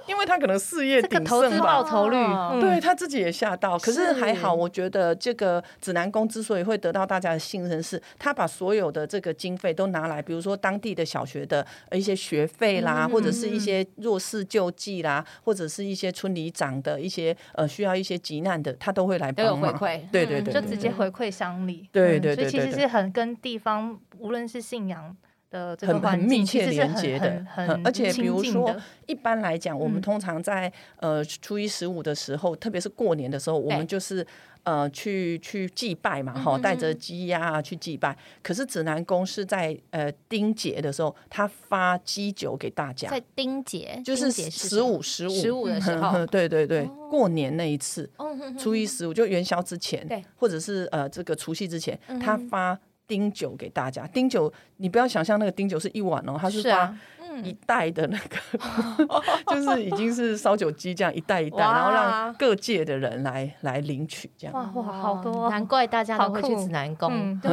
Speaker 3: 因为他可能事业
Speaker 1: 这个
Speaker 3: 鼎
Speaker 1: 投资
Speaker 3: 盛吧
Speaker 1: 报。酬率，
Speaker 2: 哦
Speaker 1: 嗯
Speaker 3: 对他自己也吓到，可是
Speaker 2: 是
Speaker 3: 还好，我觉得这个指南宫之所以会得到大家的信任，是他把所有的这个经费都拿来，比如说当地的小学的呃一些学费啦，
Speaker 1: 嗯
Speaker 3: 或者是一些弱势救济啦，或者是一些村里长的一些呃需要一些急难的，他都会
Speaker 2: <laughs>
Speaker 3: 来
Speaker 2: 都有
Speaker 3: 帮
Speaker 2: 回
Speaker 3: 忙。
Speaker 2: 馈，
Speaker 3: 嗯对对
Speaker 1: 嗯
Speaker 3: 对
Speaker 1: 就
Speaker 3: 对
Speaker 1: 直接回馈乡里。
Speaker 3: 对
Speaker 1: 嗯
Speaker 3: 对对
Speaker 1: 所以其
Speaker 3: 对
Speaker 1: 实
Speaker 3: 对
Speaker 1: 是很跟地方，无论是信仰。的这个
Speaker 3: 很很
Speaker 1: 环境
Speaker 3: 密
Speaker 1: 其
Speaker 3: 切
Speaker 1: 实是
Speaker 3: 连
Speaker 1: 很
Speaker 3: 接的
Speaker 1: 很，很
Speaker 3: 而且比如
Speaker 1: 亲近
Speaker 3: 说
Speaker 1: 的，
Speaker 3: 一般来讲，我们
Speaker 1: 嗯
Speaker 3: 通常在呃初一十五的时候，特别是过年的时候，我
Speaker 2: 对嗯
Speaker 3: 们就是呃去去祭拜嘛，哈，带着鸡呀、去祭拜。可是指南宫是在呃丁节的时候，他发鸡酒给大家
Speaker 2: 在，丁节，
Speaker 3: 就是
Speaker 2: 丁节是
Speaker 3: 十五十五
Speaker 2: 十五的时
Speaker 3: 嗯
Speaker 2: 候
Speaker 3: 嗯， <laughs> 对对对，
Speaker 2: 哦
Speaker 3: 过年那一次，
Speaker 1: 哦
Speaker 2: 嗯哼
Speaker 3: 初一十五就元宵之前，
Speaker 2: 对
Speaker 3: 或者是呃这个除夕之前，他
Speaker 2: 嗯
Speaker 3: 发丁酒给大家。丁酒，你不要想象那个丁酒是一碗哦，他是
Speaker 2: 是
Speaker 3: 发
Speaker 2: 啊，
Speaker 1: 嗯
Speaker 3: 一袋的
Speaker 1: <laughs>
Speaker 3: 那个，就是已经是烧酒鸡这样一袋一袋，然后
Speaker 2: 哇
Speaker 3: 让各界的人来来领取这样。
Speaker 1: 哇哇，好多
Speaker 2: 哦
Speaker 1: 哦。
Speaker 2: 难怪大家都会去
Speaker 1: 好酷
Speaker 2: 指南宫
Speaker 1: 嗯，
Speaker 2: 对，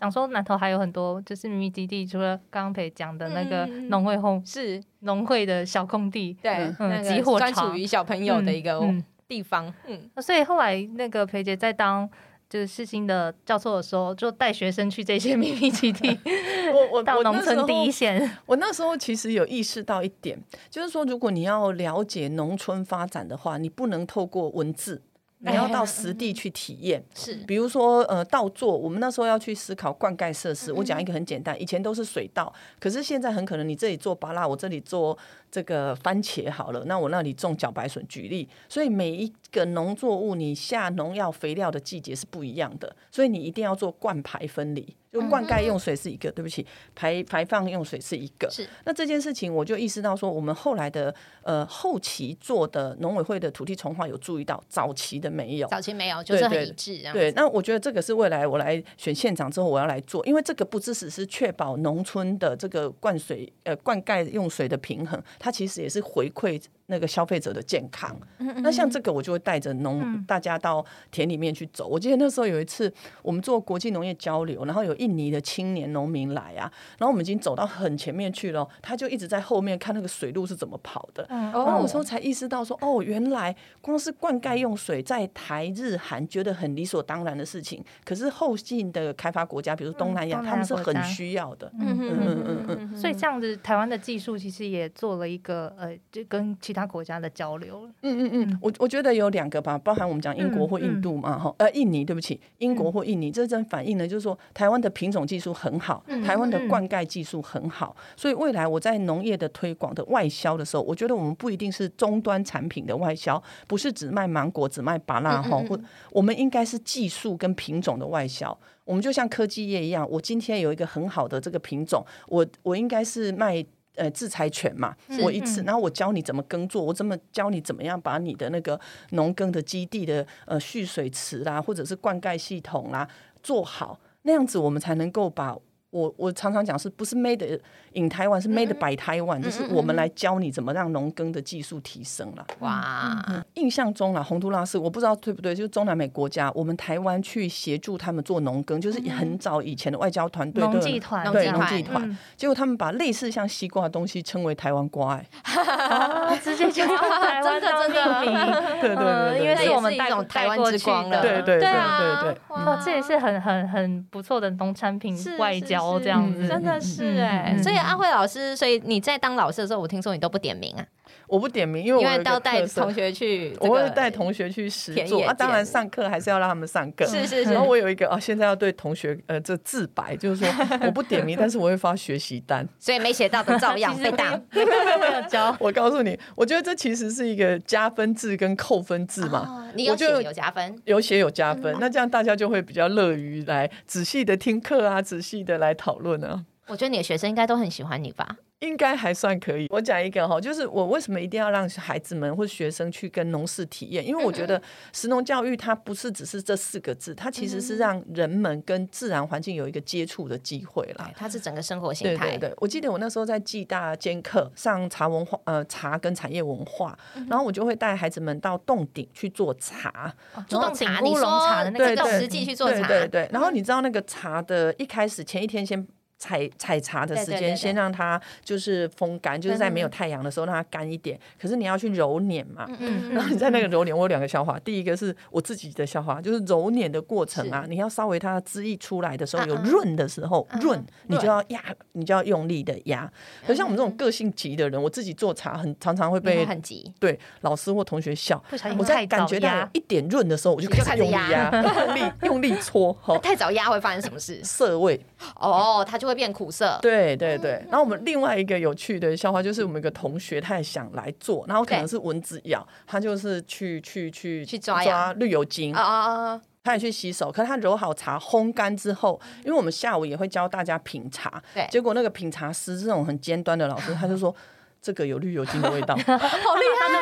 Speaker 1: 想说南头还有很多就是秘密基地，除了刚刚培讲的那个
Speaker 2: 嗯嗯嗯
Speaker 1: 农会后
Speaker 2: 是，
Speaker 1: 农会的小空地，
Speaker 2: 对
Speaker 3: 嗯，
Speaker 2: 那
Speaker 1: 集
Speaker 2: 个
Speaker 1: 火
Speaker 2: 专
Speaker 1: 场
Speaker 2: 属于小朋友的一
Speaker 3: 哦
Speaker 2: 个
Speaker 1: 嗯
Speaker 2: 地方，嗯，
Speaker 1: 嗯所以后来那个培姐在当。就是世新的教授的时候，就带学生去这些 <laughs> 秘密基
Speaker 3: <laughs>
Speaker 1: 地，
Speaker 3: <laughs> 我我
Speaker 1: 到
Speaker 3: 我
Speaker 1: 农
Speaker 3: 那时
Speaker 1: 村
Speaker 3: 候
Speaker 1: 第一线。
Speaker 3: 我那时候其实有意识到一点，就是说，如果你要了解农村发展的话，你不能透过文字，你要
Speaker 1: 哎
Speaker 3: 到实地去体验。
Speaker 2: 是，
Speaker 1: 嗯
Speaker 3: 比如说，呃，稻作，我们那时候要去思考灌溉设
Speaker 2: 嗯
Speaker 3: 施。我讲一个很简单，以前都是水稻，可是现在很可能你这里做芭拉，我这里做这个番茄好了，那我那里种茭白笋。举例，所以每一个农作物你下农药肥料的季节是不一样的，所以你一定要做灌排分离，就
Speaker 2: 嗯
Speaker 3: 灌溉用水是一个，对不起，排排放用水是一个。
Speaker 2: 是
Speaker 3: 那这件事情，我就意识到说，我们后来的呃后期做的农委会的土地重划有注意到，早期的没有。
Speaker 2: 早期没有，就是
Speaker 3: 对
Speaker 2: 很
Speaker 3: 对
Speaker 2: 一致，这样
Speaker 3: 对，那我觉得这个是未来我来选县长之后我要来做，因为这个不只只是确保农村的这个灌水呃灌溉用水的平衡，它其实也是回馈那个消费者的健康。
Speaker 2: 嗯
Speaker 3: 那像这个我就会带着农、大家到田里面去走。我记得那时候有一次我们做国际农业交流，然后有印尼的青年农民来啊，然后我们已经走到很前面去了，哦他就一直在后面看那个水路是怎么跑的。
Speaker 1: 哦嗯
Speaker 3: 然后我说才意识到说，哦，原来光是灌溉用水在台日韩觉得很理所当然的事情，可是后进的开发国家，比如东南
Speaker 1: 嗯
Speaker 3: 亚，
Speaker 1: 东南亚
Speaker 3: 他们是
Speaker 1: 国家
Speaker 3: 很需要的。
Speaker 2: 嗯
Speaker 1: 嗯
Speaker 2: 嗯嗯嗯嗯嗯，
Speaker 1: 所以这样子，台湾的技术其实也做了一个呃，就跟其他国家的交流。
Speaker 3: 嗯嗯嗯，我我觉得有两个吧，包含我们讲英国或印度嘛，哈、呃，印尼，对不起，英国或印尼，这正反映了就是说，台湾的品种技术很好，台湾的灌溉技术很好，所以未来我在农业的推广的外销的时候，我觉得我们不一定是终端产品的外销，不是只卖芒果、只卖芭拉哈，或我们应该是技术跟品种的外销。我们就像科技业一样，我今天有一个很好的这个品种，我我应该是卖呃制裁权嘛，我一次，然后我教你怎么耕作，我怎么教你怎么样把你的那个农耕的基地的呃蓄水池啦，或者是灌溉系统啦做好，那样子我们才能够把。我我常常讲是不是 made in 台湾是 made by 台湾，就是我们来教你怎么让农耕的技术提升啦。
Speaker 1: 嗯
Speaker 2: 哇，
Speaker 3: 印象中啦，洪都拉斯我不知道对不对，就是中南美国家，我们台湾去协助他们做农耕，就是很早以前的外交团队都
Speaker 1: 农
Speaker 3: 有
Speaker 1: 技团，
Speaker 2: 嗯农技
Speaker 3: 对
Speaker 2: 团
Speaker 3: 农技团，
Speaker 1: 嗯
Speaker 3: 结果他们把类似像西瓜的东西称为台湾瓜、
Speaker 2: <laughs>
Speaker 3: 哎，
Speaker 1: 啊直接就用台湾
Speaker 2: 真的
Speaker 1: 当
Speaker 2: 真的
Speaker 1: 命名。
Speaker 2: <laughs>
Speaker 3: 对对
Speaker 1: 嗯
Speaker 3: 对，
Speaker 1: 因为
Speaker 3: 对
Speaker 1: 是我们
Speaker 2: 这也
Speaker 1: 带
Speaker 2: 是一种台湾之光
Speaker 1: 带
Speaker 2: 了，
Speaker 1: 过去的
Speaker 3: 对对
Speaker 2: 啊
Speaker 3: 对对对，
Speaker 2: 哇
Speaker 1: 哦，这也是很很很不错的农产品
Speaker 2: 是
Speaker 1: 外交这样
Speaker 3: 嗯
Speaker 1: 子。
Speaker 2: 真的是
Speaker 1: 嗯
Speaker 2: 哎、
Speaker 1: 嗯
Speaker 2: 所以阿慧老师，所以你在当老师的时候，我听说你都不点名啊，
Speaker 3: 我不点名，因为
Speaker 2: 因
Speaker 3: 我有
Speaker 2: 为
Speaker 3: 一
Speaker 2: 都
Speaker 3: 个
Speaker 2: 带
Speaker 3: 特色
Speaker 2: 同学去、这个，
Speaker 3: 我会带同学去实
Speaker 2: 田
Speaker 3: 做
Speaker 2: 野
Speaker 3: 啊，当然
Speaker 2: 见
Speaker 3: 上课还是要让他们上课。
Speaker 2: 是是是
Speaker 3: <laughs> 然后我有一个啊，现在要对同学呃这自白，就是说
Speaker 2: <laughs>
Speaker 3: 我不点名，但是我会发学习单。
Speaker 2: 所以没写到的照样被打。
Speaker 1: 没有没有
Speaker 2: <laughs>
Speaker 1: 教。
Speaker 3: 我告诉你，我觉得这其实是一个加分制跟扣分制嘛。
Speaker 2: 哦你有
Speaker 3: 我
Speaker 2: 写
Speaker 3: 就
Speaker 2: 有加分，
Speaker 3: 有写有加分，那这样大家就会比较乐于来仔细的听课啊，仔细的来讨论啊。
Speaker 2: 我觉得你的学生应该都很喜欢你吧？
Speaker 3: 应该还算可以。我讲一个哈，就是我为什么一定要让孩子们或学生去跟农事体验？因为我觉得食农教育它不是只是这四个字，它其实是让人们跟自然环境有一个接触的机会啦。
Speaker 2: 他是整个生活形
Speaker 3: 啊对
Speaker 2: 态，
Speaker 3: 对对，我记得我那时候在暨大兼课上茶文化，呃，茶跟产业文化，然后我就会带孩子们到洞顶去做茶，
Speaker 1: 主动
Speaker 2: 茶，
Speaker 1: 茶
Speaker 2: 你
Speaker 1: 乌
Speaker 2: 说
Speaker 1: 龙茶的那个
Speaker 3: 对
Speaker 2: 这
Speaker 1: 洞
Speaker 2: 个
Speaker 3: 对
Speaker 2: 实际去做
Speaker 3: 对
Speaker 2: 茶，嗯
Speaker 3: 对对，然后你知道那个茶的一开始前一天先。采采茶的时
Speaker 2: 对对对对
Speaker 3: 间，先让它就是风干，就是在没有太阳的时候让它干一点。可是你要去揉捻嘛，
Speaker 2: 嗯
Speaker 3: <laughs> 然后你在那个揉捻，我有两个笑话。第一个是我自己的笑话，就是揉捻的过程啊，你要稍微它的汁液出来的时候
Speaker 2: 嗯
Speaker 3: 有
Speaker 2: 嗯
Speaker 3: 润的时候，润你就
Speaker 2: 润
Speaker 3: 要压，你就要用力的压。可像我们这种个性急的人，我自己做茶很常常会
Speaker 2: 因为
Speaker 3: 被
Speaker 2: 嗯很急，
Speaker 3: 对老师或同学笑。
Speaker 1: 不小心
Speaker 3: 我在
Speaker 1: 太
Speaker 3: 感
Speaker 1: 早
Speaker 3: 觉到有
Speaker 1: 压，
Speaker 3: 一点润的时候，我就开 <laughs> 始用力压，用力用力搓，哈，
Speaker 2: <laughs> 太早压会发生什么事？
Speaker 3: 涩味，
Speaker 2: 哦，他就就会变苦涩。
Speaker 3: 对对对，然后我们另外一个有趣的笑话就是，我们有个同学他也想来做，然后可能
Speaker 2: 对
Speaker 3: 是蚊子咬，他就是去去去
Speaker 2: 去抓痒
Speaker 3: 绿油精
Speaker 2: 啊，啊啊啊！
Speaker 3: 他也去洗手，可是他揉好茶烘干之后，因为我们下午也会教大家品茶，
Speaker 2: 对
Speaker 3: 结果那个品茶师这种很尖端的老师，他就说这个有绿油精的味道，
Speaker 1: 好厉害、哦，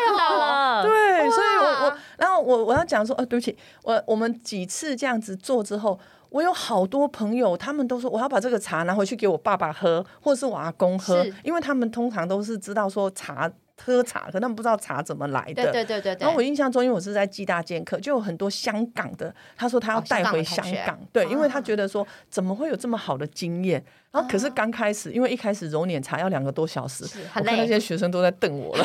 Speaker 1: 知道了。
Speaker 3: 对，所以我我，然后我我要讲说，呃，对不起，我我们几次这样子做之后，我有好多朋友，他们都说我要把这个茶拿回去给我爸爸喝，或者是我阿公喝
Speaker 2: 是，
Speaker 3: 因为他们通常都是知道说茶喝茶，可他们不知道茶怎么来的。
Speaker 2: 对对对对对。
Speaker 3: 然后我印象中，因为我是在暨大剑客，就有很多香港的，他说他要
Speaker 2: 哦香
Speaker 3: 带
Speaker 2: 港的
Speaker 3: 回
Speaker 2: 同
Speaker 3: 香
Speaker 2: 学
Speaker 3: 港，对，因为他
Speaker 2: 啊
Speaker 3: 觉得说怎么会有这么好的经验。然后可是刚开始，因为一开始揉捻茶要两个多小时
Speaker 2: 是，
Speaker 3: 我
Speaker 2: 很
Speaker 3: 看那
Speaker 2: 累
Speaker 3: 些学生都在瞪我了。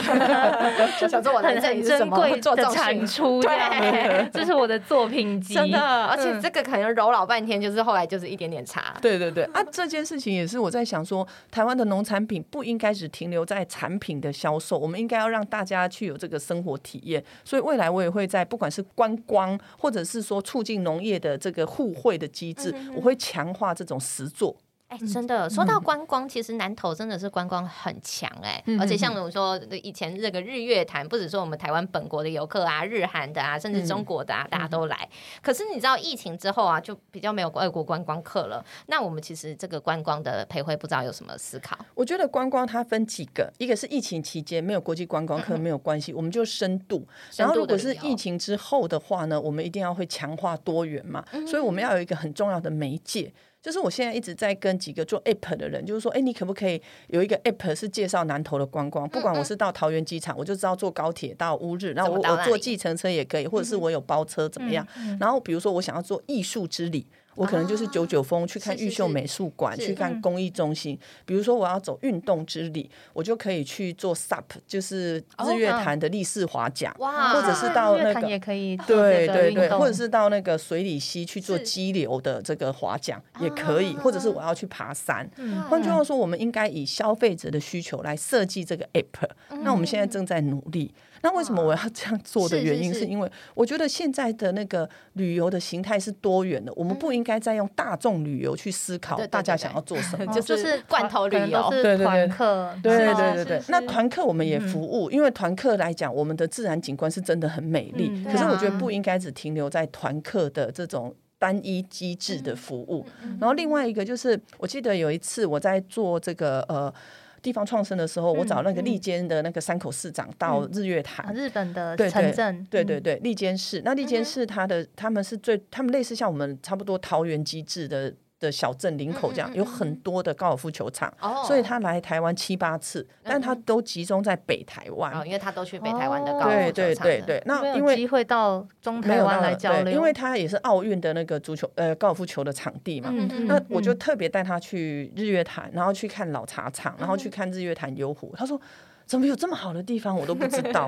Speaker 2: 就想说我
Speaker 1: 很
Speaker 2: 来这
Speaker 1: 很
Speaker 2: 里是怎
Speaker 1: 珍
Speaker 2: 么
Speaker 1: 贵
Speaker 2: 做
Speaker 1: 的
Speaker 2: 这种
Speaker 1: 产
Speaker 2: 训
Speaker 1: 出，这样，这是我的作品集，
Speaker 2: 真的，而且这个可能揉老半天，就是后来就是一点点茶。
Speaker 3: 对对对啊，这件事情也是我在想说，台湾的农产品不应该只停留在产品的销售，我们应该要让大家去有这个生活体验。所以未来我也会在不管是观光，或者是说促进农业的这个互惠的机制，我会强化这种实作。
Speaker 2: 哎、真的，说
Speaker 3: 嗯
Speaker 2: 到观光，其实南投真的是观光很强哎、而
Speaker 3: 嗯
Speaker 2: 且像我说以前这个日月潭，不止说我们台湾本国的游客啊，日韩的啊，甚
Speaker 3: 嗯
Speaker 2: 至中国的啊，大家都来。可是你知道疫情之后啊，就比较没有外国观光客了。那我们其实这个观光的培会不知道有什么思考？
Speaker 3: 我觉得观光它分几个，一个是疫情期间没有国际观光客没有关系，我们就深度。
Speaker 2: 嗯深
Speaker 3: 然后
Speaker 2: 度
Speaker 3: 如
Speaker 2: 的
Speaker 3: 果
Speaker 2: 旅游
Speaker 3: 是疫情之后的话呢，我们一定要会强化多元嘛，
Speaker 2: 嗯
Speaker 3: 所以我们要有一个很重要的媒介。就是我现在一直在跟几个做 app 的人，就是说，哎，你可不可以有一个 app 是介绍南投的观
Speaker 2: 嗯
Speaker 3: 光？不管我是到桃园机场，我就知道坐高铁到乌日，然后我
Speaker 2: 怎么到
Speaker 3: 我
Speaker 2: 那里
Speaker 3: 坐计程车也可
Speaker 2: 嗯
Speaker 3: 以，或者是我有包车怎么样？然后比如说我想要做艺术之旅，我可能就是九九峰去看
Speaker 2: 啊是是
Speaker 3: 玉秀
Speaker 2: 是
Speaker 3: 美术馆，
Speaker 2: 是
Speaker 3: 去看
Speaker 1: 嗯
Speaker 3: 公益中心。比如说我要走运动之旅，我就可以去做 SUP，就是日月潭的立式滑桨，
Speaker 2: 哦哇
Speaker 3: 或者是到
Speaker 1: 日月
Speaker 3: 那
Speaker 1: 潭
Speaker 3: 个
Speaker 1: 啊也可以做
Speaker 3: 对
Speaker 1: 这个
Speaker 3: 对
Speaker 1: 运动，
Speaker 3: 对，或者是到那个水里溪去做
Speaker 2: 是
Speaker 3: 激流的这个滑桨也可以，
Speaker 2: 啊
Speaker 3: 或者是我要去爬山。
Speaker 1: 嗯
Speaker 3: 换句话说，我们应该以消费者的需求来设计这个 app。那我们现在正在努力。那为什么我要这样做的
Speaker 2: 嗯是是
Speaker 3: 原因，
Speaker 2: 是
Speaker 3: 是因为我觉得现在的那个旅游的形态是多元的，我们不应该再用大众旅游去思
Speaker 2: 嗯
Speaker 3: 考
Speaker 2: 对对对
Speaker 3: 大家
Speaker 2: 对
Speaker 3: 想要做
Speaker 2: <laughs>
Speaker 3: 什么。
Speaker 1: 哦
Speaker 2: 就是罐头旅
Speaker 1: 可能
Speaker 2: 游
Speaker 1: 都
Speaker 3: 对
Speaker 1: 是
Speaker 3: 对对
Speaker 1: 团客，
Speaker 3: 对
Speaker 1: 是嗯
Speaker 3: 对
Speaker 1: 是
Speaker 3: 对对
Speaker 1: 是，
Speaker 3: 那团客我们也服务，因为团客来讲，我们的自然景观是真的很美丽
Speaker 1: 嗯。
Speaker 3: 可是
Speaker 2: 对啊
Speaker 3: 我觉得不应该只停留在团客的这种。单一机制
Speaker 1: 嗯
Speaker 3: 的服务，然后另外一个就是，我记得有一次我在做这个呃地方创生的时候，我找那个利坚的那个山口市长到日月潭
Speaker 1: 嗯啊，日本的
Speaker 3: 对
Speaker 1: 城
Speaker 3: 对
Speaker 1: 镇，
Speaker 3: 对对
Speaker 1: 嗯，
Speaker 3: 对，利坚市，那利坚市它的他们是最，他们类似像我们差不多桃园机制的的小镇林口
Speaker 1: 嗯
Speaker 3: 这样，有很多的高尔夫球场，
Speaker 2: 哦
Speaker 3: 所以他来台湾七八次，
Speaker 1: 嗯
Speaker 3: 但他都集中在北台湾。
Speaker 2: 哦，因为他都去北台湾的高尔夫
Speaker 3: 哦对
Speaker 2: 球
Speaker 3: 对
Speaker 2: 场
Speaker 3: 对
Speaker 2: 了，
Speaker 3: 对，
Speaker 1: 没
Speaker 3: 那因
Speaker 1: 有机
Speaker 3: 为。
Speaker 1: 会到中
Speaker 3: 没
Speaker 1: 台
Speaker 3: 有
Speaker 1: 湾
Speaker 3: 到
Speaker 1: 来
Speaker 3: 了
Speaker 1: 交
Speaker 3: 对
Speaker 1: 流，
Speaker 3: 因为它也是奥运的那个足球呃高尔夫球的场地嘛，
Speaker 1: 嗯嗯
Speaker 3: 那
Speaker 1: 嗯
Speaker 3: 我就特别带他去日月潭，然后去看老茶
Speaker 1: 嗯
Speaker 3: 厂，然后去看日月潭游湖。他说。怎么有这么好的地方，我都不知
Speaker 1: <laughs>
Speaker 3: 道。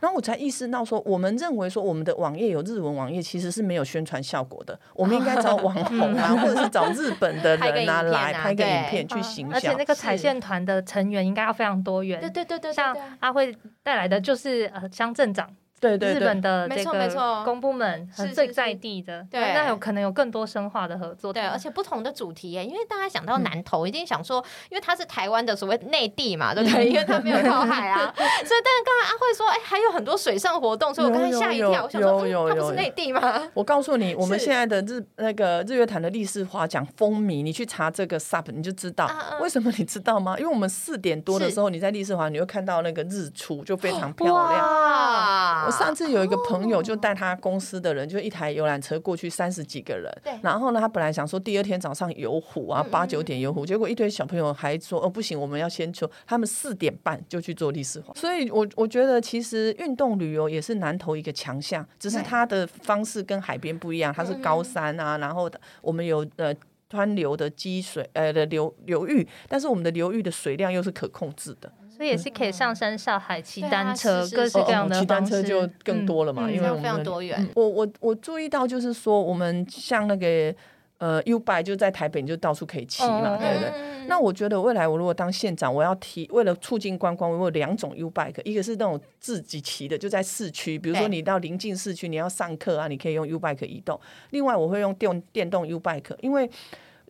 Speaker 3: 然后我才意识到说，我们认为说我们的网页有日文网页，其实是没有宣传效果的。我们应该找网红啊，
Speaker 1: 哦嗯
Speaker 3: 或者是找日本的
Speaker 2: 拍个
Speaker 3: 人啊
Speaker 2: 影片啊
Speaker 3: 来拍个影
Speaker 2: 对
Speaker 3: 片去
Speaker 1: 啊
Speaker 3: 行
Speaker 1: 而且
Speaker 3: 销
Speaker 1: 那。个彩线团的成员应该要非常多元，
Speaker 2: 对对对对对
Speaker 1: 像
Speaker 2: 对。
Speaker 1: 阿慧带来的就是呃乡镇长，
Speaker 3: 对对
Speaker 1: 日
Speaker 3: 对
Speaker 1: 本，的
Speaker 2: 没
Speaker 1: 这
Speaker 2: 错没错
Speaker 1: 个公部门
Speaker 2: 是
Speaker 1: 呃
Speaker 2: 是
Speaker 1: 最
Speaker 2: 是
Speaker 1: 在地的，
Speaker 2: 对
Speaker 1: 那有可能有更多深化的合作。
Speaker 2: 对，
Speaker 3: 嗯
Speaker 2: 而且不同的主题耶，因为大家想到南投，一定想说，因为它是台湾的所谓内地嘛，
Speaker 3: 嗯
Speaker 2: 对不对？因为它没有靠海
Speaker 3: <laughs>
Speaker 2: 啊，所以但是刚才阿慧说，哎，还有很多水上活动，所以我刚才吓一
Speaker 3: 有有
Speaker 2: 跳，我想说，嗯
Speaker 3: 有有
Speaker 2: 它不
Speaker 3: 有
Speaker 2: 是内地吗？
Speaker 3: 我告诉你，我们
Speaker 2: 是
Speaker 3: 现在的日那个日月潭的历史花奖风靡，你去查这个 sub 你就知道。
Speaker 2: 啊啊
Speaker 3: 为什么你知道吗？因为我们四点多的
Speaker 2: 是哦
Speaker 3: 时候，你在历史华你会看到那个日出，就非常漂亮。
Speaker 1: 哇，
Speaker 2: 啊
Speaker 3: 我上次有一个朋友就带他公司的人，就一台游览车过去三十几个人。
Speaker 2: 对
Speaker 3: 然后呢，他本来想说第二天早上游湖啊，八九点游湖，结果一堆小朋友还说哦不行，我们要先去。他们四点半就去做历史环。所以我我觉得其实运动旅游也是南投一个强项，只是它的方式跟海边不一样，它是高山啊，然后我们有呃。湍流的积水，呃的流流域，但是我们的流域的水量又是可控制的。
Speaker 1: 所以也是可以上山下海、骑
Speaker 2: 对啊
Speaker 1: 单车，
Speaker 2: 是是
Speaker 1: 各
Speaker 2: 是
Speaker 1: 式各样
Speaker 3: 哦
Speaker 1: 的
Speaker 3: 骑单
Speaker 1: 方
Speaker 3: 车
Speaker 1: 式嗯
Speaker 3: 就更多了嘛因
Speaker 2: 这
Speaker 3: 为我
Speaker 2: 样非常
Speaker 3: 们
Speaker 2: 多元，
Speaker 3: 我我我注意到，就是说我们像那个呃 U bike 就在台北，你就到处可以骑嘛，
Speaker 1: 嗯
Speaker 3: 对不对？
Speaker 2: 嗯
Speaker 3: 那我觉得未来我如果当县长，我要提为了促进观光，我有两种 U bike，一个是那种自己骑的，就在市区，比如说
Speaker 2: 对
Speaker 3: 你到临近市区，你要上课啊，你可以用 U bike 移动。另外我会用电电动 U bike，因为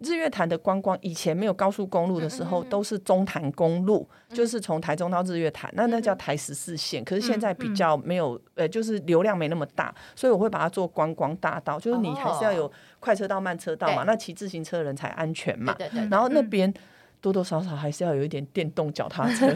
Speaker 3: 日月潭的观光以前没有高速公路的时
Speaker 2: 嗯
Speaker 3: 候，都是中潭公路，就是从台中到日月潭，那那
Speaker 2: 嗯
Speaker 3: 叫台十四线。可是现在比较没有，呃，就是流量没那么大，所以我会把它做观光大道，就是你还是要有快车道、慢车道嘛，
Speaker 2: 哦对
Speaker 3: 那骑自行车的人才安全嘛。
Speaker 2: 对对对，
Speaker 3: 然后那边多多少少还是要有一点电动脚踏车，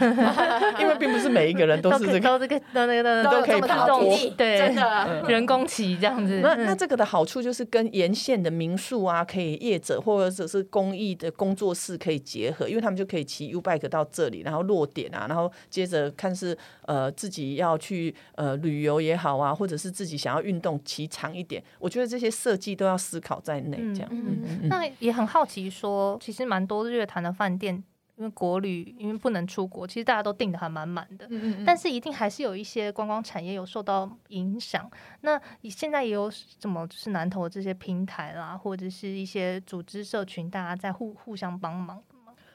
Speaker 3: 因为并不是每一个人都
Speaker 1: 可
Speaker 3: 是这
Speaker 1: 以
Speaker 3: 个。
Speaker 1: 都这个都那个
Speaker 3: 都可以
Speaker 1: 自
Speaker 3: 爬
Speaker 1: 动
Speaker 3: 坡
Speaker 1: 骑
Speaker 2: 真
Speaker 1: 对，
Speaker 3: 嗯
Speaker 2: 的，
Speaker 1: 人工骑这样子。嗯
Speaker 3: 那那这个的好处就是跟沿线的民宿啊，可以业者或者是公益的工作室可以结合，因为他们就可以骑 U bike 到这里，然后落点啊，然后接着看是呃自己要去呃旅游也好啊，或者是自己想要运动骑长一点，我觉得这些设计都要思考在内，这样。
Speaker 2: 嗯嗯
Speaker 1: 那也很好奇说，其实蛮多日月潭的饭店，因为国旅因为不能出国，其实大家都订的还蛮满的。
Speaker 3: 嗯
Speaker 1: 但是一定还是有一些观光产业有受到影响。那现在也有什么就是南投这些平台啦，或者是一些组织社群，大家在互互相帮忙。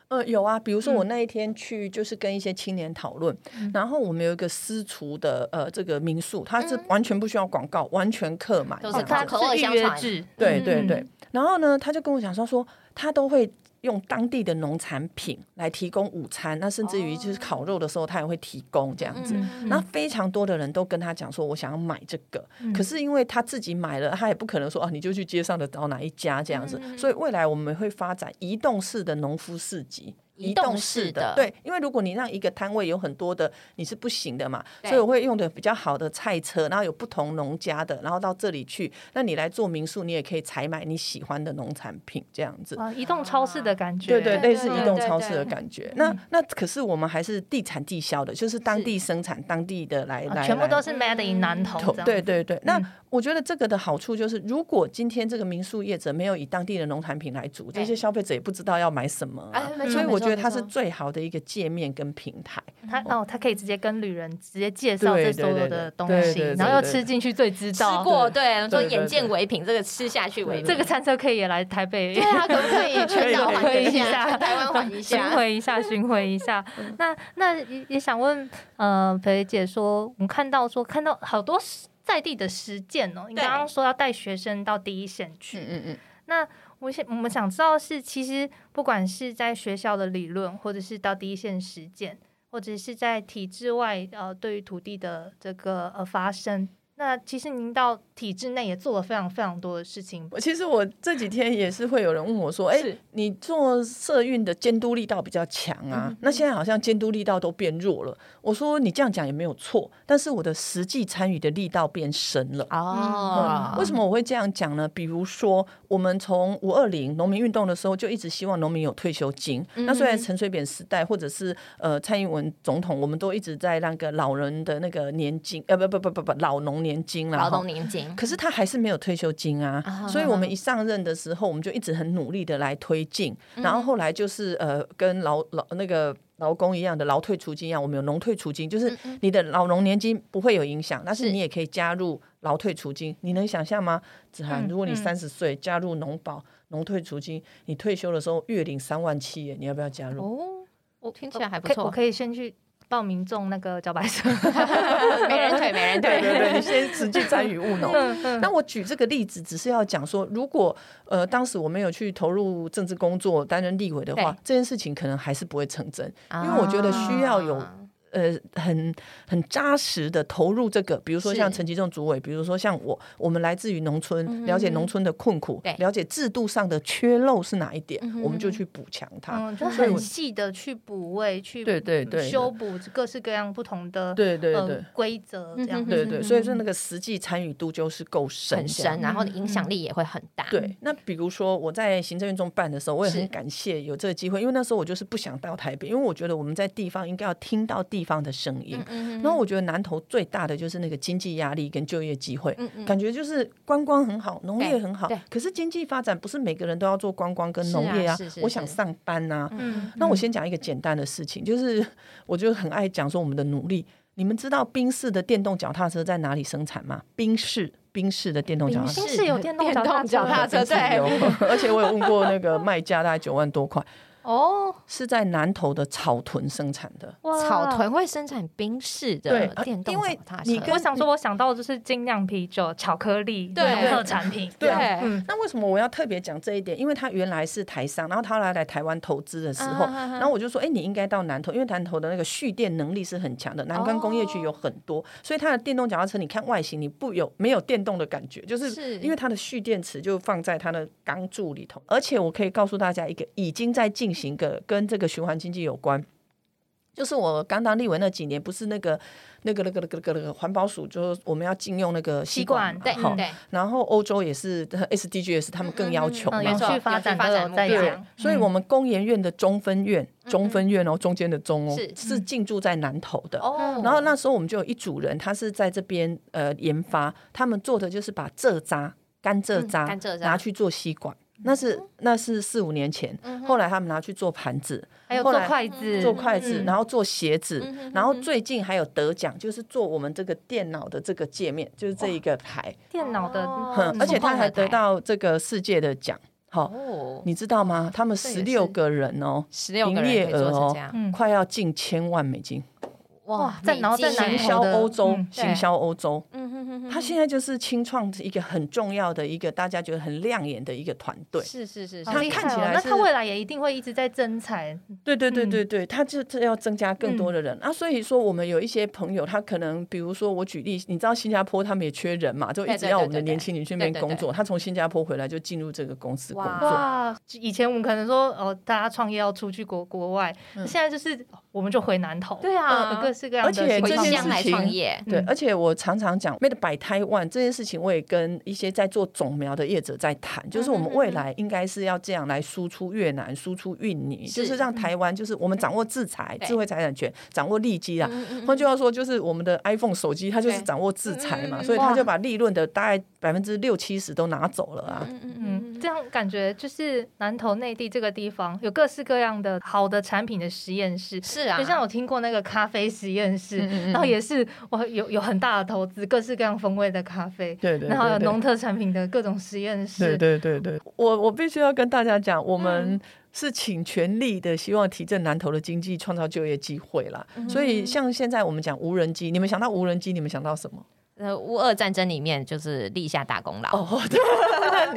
Speaker 3: 呃，有啊，比如说我那一天去，就是跟一些青年讨论，然后我们有一个私厨的呃这个民宿，它是完全不需要广告，完全客满，
Speaker 2: 都
Speaker 3: 这
Speaker 2: 是
Speaker 1: 哦
Speaker 3: 样
Speaker 2: 靠
Speaker 1: 它
Speaker 2: 口耳
Speaker 1: 是
Speaker 2: 相
Speaker 1: 预约
Speaker 2: 传
Speaker 1: 制，
Speaker 3: 对
Speaker 1: 嗯
Speaker 3: 对对。，然后呢，他就跟我讲说，说他都会用当地的农产品来提供午餐，那甚至于就是烤肉的时候，他也会提供这样子。
Speaker 2: 嗯
Speaker 3: 那非常多的人都跟他讲说，我想要买这个，
Speaker 1: 嗯
Speaker 3: 可是因为他自己买了，他也不可能说啊，你就去街上的找哪一家这样子，
Speaker 2: 嗯
Speaker 3: 所以未来我们会发展移动式的农夫市集。
Speaker 2: 移动式的
Speaker 3: 对，因为如果你让一个摊位有很多的，你是不行的嘛，
Speaker 2: 对
Speaker 3: 所以我会用的比较好的菜车，然后有不同农家的，然后到这里去，那你来做民宿，你也可以采买你喜欢的农产品这样子。
Speaker 1: 啊，移动超市的感觉，
Speaker 3: 对对，类似
Speaker 2: 对
Speaker 3: 移
Speaker 2: 对
Speaker 3: 动
Speaker 2: 对
Speaker 3: 超
Speaker 2: 对
Speaker 3: 市的感觉。那那可是我们还是地产地销的，就是当地生产当地的来
Speaker 1: 啊
Speaker 3: 来，
Speaker 1: 全部
Speaker 3: 来
Speaker 1: 都是 Made in 南投
Speaker 3: 头
Speaker 1: 这样。
Speaker 3: 对对对，那我觉得这个的好处就是，如果今天这个民宿业者没有以当地的农产品来煮，这
Speaker 2: 对
Speaker 3: 些消费者也不知道要买什么啊、
Speaker 2: 哎没错
Speaker 3: 所以
Speaker 2: 没
Speaker 3: 我
Speaker 2: 错
Speaker 3: 觉得
Speaker 2: 没
Speaker 3: 它是
Speaker 2: 错
Speaker 3: 最好的一个界面跟平台。
Speaker 1: 他哦，他可以直接跟旅人直接介绍这
Speaker 3: 对
Speaker 1: 所
Speaker 3: 对
Speaker 1: 有
Speaker 3: 对
Speaker 1: 的
Speaker 3: 对
Speaker 1: 东
Speaker 3: 对
Speaker 1: 西
Speaker 3: 对对，
Speaker 1: 然后要
Speaker 3: 对
Speaker 1: 吃进去最知
Speaker 2: 吃
Speaker 1: 道。
Speaker 2: 过，对，说
Speaker 3: 对对
Speaker 2: 眼见为凭，这个吃下去为
Speaker 1: 这
Speaker 2: 凭。
Speaker 1: 个餐车可以也来台北，<laughs>
Speaker 2: 对啊，可不
Speaker 3: <laughs>
Speaker 2: 可以全岛
Speaker 1: 可
Speaker 2: 环
Speaker 1: 以
Speaker 2: 一
Speaker 1: 一
Speaker 2: 下，
Speaker 1: 下
Speaker 2: 全 <laughs> 台湾环一
Speaker 1: 巡
Speaker 2: 下？嗯
Speaker 1: 回一下，巡回一
Speaker 2: <laughs>
Speaker 1: 下。那那也也想问，呃，培姐说，我们看到说看到好多实在地的实践哦，你
Speaker 2: 对
Speaker 1: 刚刚说要带学生到第一线去，
Speaker 3: 嗯嗯。
Speaker 1: 那我想我们想知道是，其实不管是在学校的理论，或者是到第一线实践，或者是在体制外呃对于土地的这个呃发生，那其实您到体制内也做了非常非常多的事情。
Speaker 3: 我其实我这几天也是会有人问我说：“哎、
Speaker 2: 是
Speaker 3: 你做社运的监督力道比较强啊，那现在好像监督力道都变弱了。”我说：“你这样讲也没有错，但是我的实际参与的力道变深了。”
Speaker 2: 哦，
Speaker 3: 为什嗯么我会这样讲呢？比如说，我们从五二零农民运动的时候，就一直希望农民有退休金。那虽然陈水扁时代，或者是呃蔡英文总统，我们都一直在那个老人的那个年金，呃不不不不不老农年金啦，
Speaker 2: 劳
Speaker 3: 哈
Speaker 2: 动年金？
Speaker 3: 可是他还是没有退休金啊，所以我们一上任的时候，我们就一直很努力的来推进，然后后来就是呃，跟劳劳那个劳工一样的劳退除金一样，我们有农退除金，就是你的老农年金不会有影响，但嗯是
Speaker 2: 是
Speaker 3: 你也可以加入劳退除金，你能想象吗？子涵，
Speaker 1: 嗯
Speaker 3: 如果你
Speaker 1: 嗯
Speaker 3: 三十岁加入农保、农退除金，你退休的时候月领三万七耶，你要不要加入？
Speaker 2: 哦，我听起来还不
Speaker 1: 可以我
Speaker 2: 错，
Speaker 1: 可以先去报名中那个茭白蛇。
Speaker 2: 没人腿，没人
Speaker 3: <laughs> 对对对， <laughs> 你
Speaker 2: 腿。
Speaker 3: 先实际参与务农。
Speaker 1: 嗯
Speaker 3: <laughs> 那我举这个例子，只是要讲说，如果呃当时我没有去投入政治工作，担任立委的话
Speaker 2: 对，
Speaker 3: 这件事情可能还是不会成真。
Speaker 2: <laughs>
Speaker 3: 因为我觉得需要有
Speaker 2: 啊
Speaker 3: 呃，很很扎实的投入这个，比如说
Speaker 2: 是嗯
Speaker 3: 像陈其仲主委，比如说像我，我们来自于农村，了解农村的困苦
Speaker 2: 对，嗯
Speaker 3: 了解制度上的缺漏是哪一点，
Speaker 2: 哼
Speaker 3: 我们就去补强它。
Speaker 1: <laughs> 嗯，就
Speaker 3: 所以
Speaker 1: 很
Speaker 3: 我
Speaker 1: 细的去补位，去
Speaker 3: 对对对对
Speaker 1: 修补各式各样不同的
Speaker 3: 对对对
Speaker 1: 呃规则这样
Speaker 2: 嗯
Speaker 1: 子。
Speaker 3: 对对，所以说那个实际参与度就是够深，
Speaker 2: 很
Speaker 3: 这样
Speaker 2: 深，然后影响力也会很大。
Speaker 3: 对，那比如说我在行政院中办的时候，我也很感谢有这个机会，因为那时候我就是不想到台北，因为我觉得我们在地方应该要听到地方的声音。
Speaker 2: 嗯，嗯
Speaker 3: 然后我觉得南投最大的就是那个经济压力跟就业机会，
Speaker 2: 嗯嗯
Speaker 3: 感觉就是观光很好，农业
Speaker 2: 对
Speaker 3: 很好
Speaker 2: 对，
Speaker 3: 可是经济发展不是每个人都要做观光跟
Speaker 2: 是
Speaker 3: 农
Speaker 2: 啊
Speaker 3: 业啊。
Speaker 2: 是是
Speaker 3: 我想
Speaker 2: 是
Speaker 3: 上班呐、
Speaker 1: 嗯，
Speaker 3: 那我先讲一个简单的事情，就是 <laughs> 我就很爱讲说我们的努力。你们知道宾士的电动脚踏车在哪里生产吗？宾士，宾士的电动脚踏车。
Speaker 1: 新式有电动
Speaker 2: 电动
Speaker 1: 脚
Speaker 2: 脚
Speaker 1: 踏
Speaker 2: 踏
Speaker 1: 车，
Speaker 2: 车
Speaker 3: 真
Speaker 2: <laughs>
Speaker 3: 是
Speaker 2: 对
Speaker 3: 有，而且我有问过那个卖价，大概九万多块。
Speaker 2: 哦，
Speaker 3: 是在南投的草屯生产的。
Speaker 1: 哇
Speaker 2: 草屯会生产冰室
Speaker 3: 对
Speaker 2: 的
Speaker 3: 呃
Speaker 2: 电动
Speaker 3: 因为
Speaker 2: 脚踏
Speaker 3: 你
Speaker 2: 车，
Speaker 3: 跟
Speaker 1: 我想说，我想到的就是精酿啤酒、巧克力
Speaker 2: 对
Speaker 1: 融合产品，
Speaker 3: 对啊
Speaker 1: 嗯，
Speaker 3: 那为什么我要特别讲这一点？因为他原来是台商，然后他来来台湾投资的时候，
Speaker 2: 啊啊啊
Speaker 3: 然后我就说，哎、你应该到南投，因为南投的那个蓄电能力是很强的，
Speaker 2: 哦
Speaker 3: 南关工业区有很多，所以它的电动脚踏车，你看外形，你不有没有电动的感觉，就是
Speaker 2: 是
Speaker 3: 因为它的蓄电池就放在它的钢柱里头，而且我可以告诉大家一个已经在进行个跟这个循环经济有关。就是我刚当立委那几年，不是那个、那个、那个、那个、那个、那个环保署，就是我们要禁用那个吸
Speaker 1: 吸
Speaker 3: 管
Speaker 1: 管
Speaker 2: 对
Speaker 3: 嘛，好
Speaker 2: 对，
Speaker 3: 然后欧洲也是呃 SDGs，他们更要求嘛。
Speaker 1: 嗯，永
Speaker 2: 没错
Speaker 1: 续发展都有在
Speaker 2: 永续发展目标
Speaker 3: 对
Speaker 1: 讲，，
Speaker 3: 所以
Speaker 2: 嗯
Speaker 3: 我们工研院的中分院，中分院哦，中间的中哦，
Speaker 2: 是嗯
Speaker 3: 是进驻在南投的。
Speaker 2: 哦
Speaker 3: 然后那时候我们就有一组人，他是在这边呃研发，他们做的就是把蔗渣、甘蔗渣,、
Speaker 2: 嗯甘蔗渣嗯
Speaker 3: 拿去做吸管，那是那是四五年前，后来他们拿去做盘子，
Speaker 1: 还有
Speaker 3: 后
Speaker 1: 做
Speaker 3: 来
Speaker 1: 筷子，
Speaker 3: 做筷子，
Speaker 1: 嗯
Speaker 3: 然后做鞋子，
Speaker 2: 嗯哼
Speaker 3: 然后最近还有得奖，就是做我们这个电脑的这个界面，就是这一个牌，
Speaker 1: 电脑的
Speaker 2: 哦
Speaker 3: 哼
Speaker 2: 嗯
Speaker 3: 而且
Speaker 2: 手
Speaker 3: 他
Speaker 2: 动
Speaker 3: 还
Speaker 2: 的
Speaker 3: 得
Speaker 2: 牌
Speaker 3: 到这个世界的奖。好、
Speaker 2: 哦，
Speaker 3: 你知道吗？他们
Speaker 2: 这
Speaker 3: 十
Speaker 2: 也
Speaker 3: 六
Speaker 2: 是
Speaker 3: 个人哦，
Speaker 2: 十六
Speaker 3: 营
Speaker 2: 个
Speaker 3: 业
Speaker 2: 人可以做
Speaker 3: 额
Speaker 2: 成
Speaker 3: 哦
Speaker 2: 这样，
Speaker 1: 嗯
Speaker 3: 快要近千万美金，
Speaker 1: 哇在
Speaker 2: 美
Speaker 1: 然后在
Speaker 2: 金
Speaker 1: 南
Speaker 2: 欸
Speaker 1: 投
Speaker 3: 行销
Speaker 1: 的
Speaker 3: 欧洲
Speaker 1: 嗯，
Speaker 3: 行
Speaker 2: 对
Speaker 3: 销欧洲。
Speaker 2: 嗯哼哼哼
Speaker 3: 他现在就是清创一个很重要的一个大家觉得很亮眼的一个团队。
Speaker 2: 是是是，
Speaker 1: 好
Speaker 3: 它
Speaker 2: 是
Speaker 1: 厉害
Speaker 3: 看起
Speaker 1: 哦
Speaker 3: 来
Speaker 1: 那
Speaker 3: 是
Speaker 1: 他未来也一定会一直在增财，
Speaker 3: 对对对
Speaker 1: 嗯
Speaker 3: 对对，他就这要增加更
Speaker 2: 嗯
Speaker 3: 多的人、啊，所以说我们有一些朋友，他可能比如说我举例，你知道新加坡他们也缺人嘛，就一
Speaker 2: 对
Speaker 3: 直
Speaker 2: 对
Speaker 3: 要
Speaker 2: 对
Speaker 3: 我们的
Speaker 2: 对
Speaker 3: 年
Speaker 2: 对
Speaker 3: 轻人去那边
Speaker 2: 对对
Speaker 3: 工
Speaker 2: 对
Speaker 3: 作，他从新加坡回来就进入这个公司工
Speaker 2: 哇
Speaker 3: 作。
Speaker 1: 哇！以前我们可能说哦，大家创业要出去国国外，现在就是我们就回南投，
Speaker 2: 对啊
Speaker 1: 有各式各样的
Speaker 3: 而且
Speaker 1: 情
Speaker 2: 回
Speaker 3: 哎这
Speaker 1: 况
Speaker 3: 件
Speaker 2: 乡
Speaker 3: 事
Speaker 2: 来
Speaker 3: 情
Speaker 2: 创业，
Speaker 3: 对
Speaker 1: 嗯，
Speaker 3: 而且我常常讲 Made by Taiwan 这件事情，我也跟一些在做种苗的业者在谈，
Speaker 2: 嗯
Speaker 3: 就是我们未来应该是要这样来输出越南、输出印尼，
Speaker 2: 是嗯
Speaker 3: 就是让台湾就是我们掌握制裁、
Speaker 2: 对
Speaker 3: 智慧财产权，掌握利基啊。
Speaker 2: 嗯嗯
Speaker 3: 换句话说，就是我们的 iPhone 手机，它就是
Speaker 2: 对
Speaker 3: 掌握制裁嘛，
Speaker 2: 嗯嗯嗯
Speaker 3: 所以它
Speaker 1: 哇
Speaker 3: 就把利润的大概百分之六七十都拿走了啊。
Speaker 2: 嗯嗯
Speaker 1: 嗯，
Speaker 2: 嗯
Speaker 1: 这样感觉就是南投内地这个地方有各式各样的好的产品的实验室，
Speaker 2: 是啊，
Speaker 1: 就像我听过那个咖啡实验室，
Speaker 3: 嗯嗯
Speaker 1: 然后也是我有有很大的投资，各式各样风味的咖啡，
Speaker 3: 对对对
Speaker 1: 然后有
Speaker 3: 对
Speaker 1: 农特产品的各种实验室，
Speaker 3: 对对对，嗯我我必须要跟大家讲，我们是倾全力的，希望提振南投的经济，创造就业机会啦。所以像现在我们讲无人机，你们想到无人机，你们想到什么？
Speaker 2: 呃，乌俄战争里面就是立下大功劳
Speaker 3: 哦，对，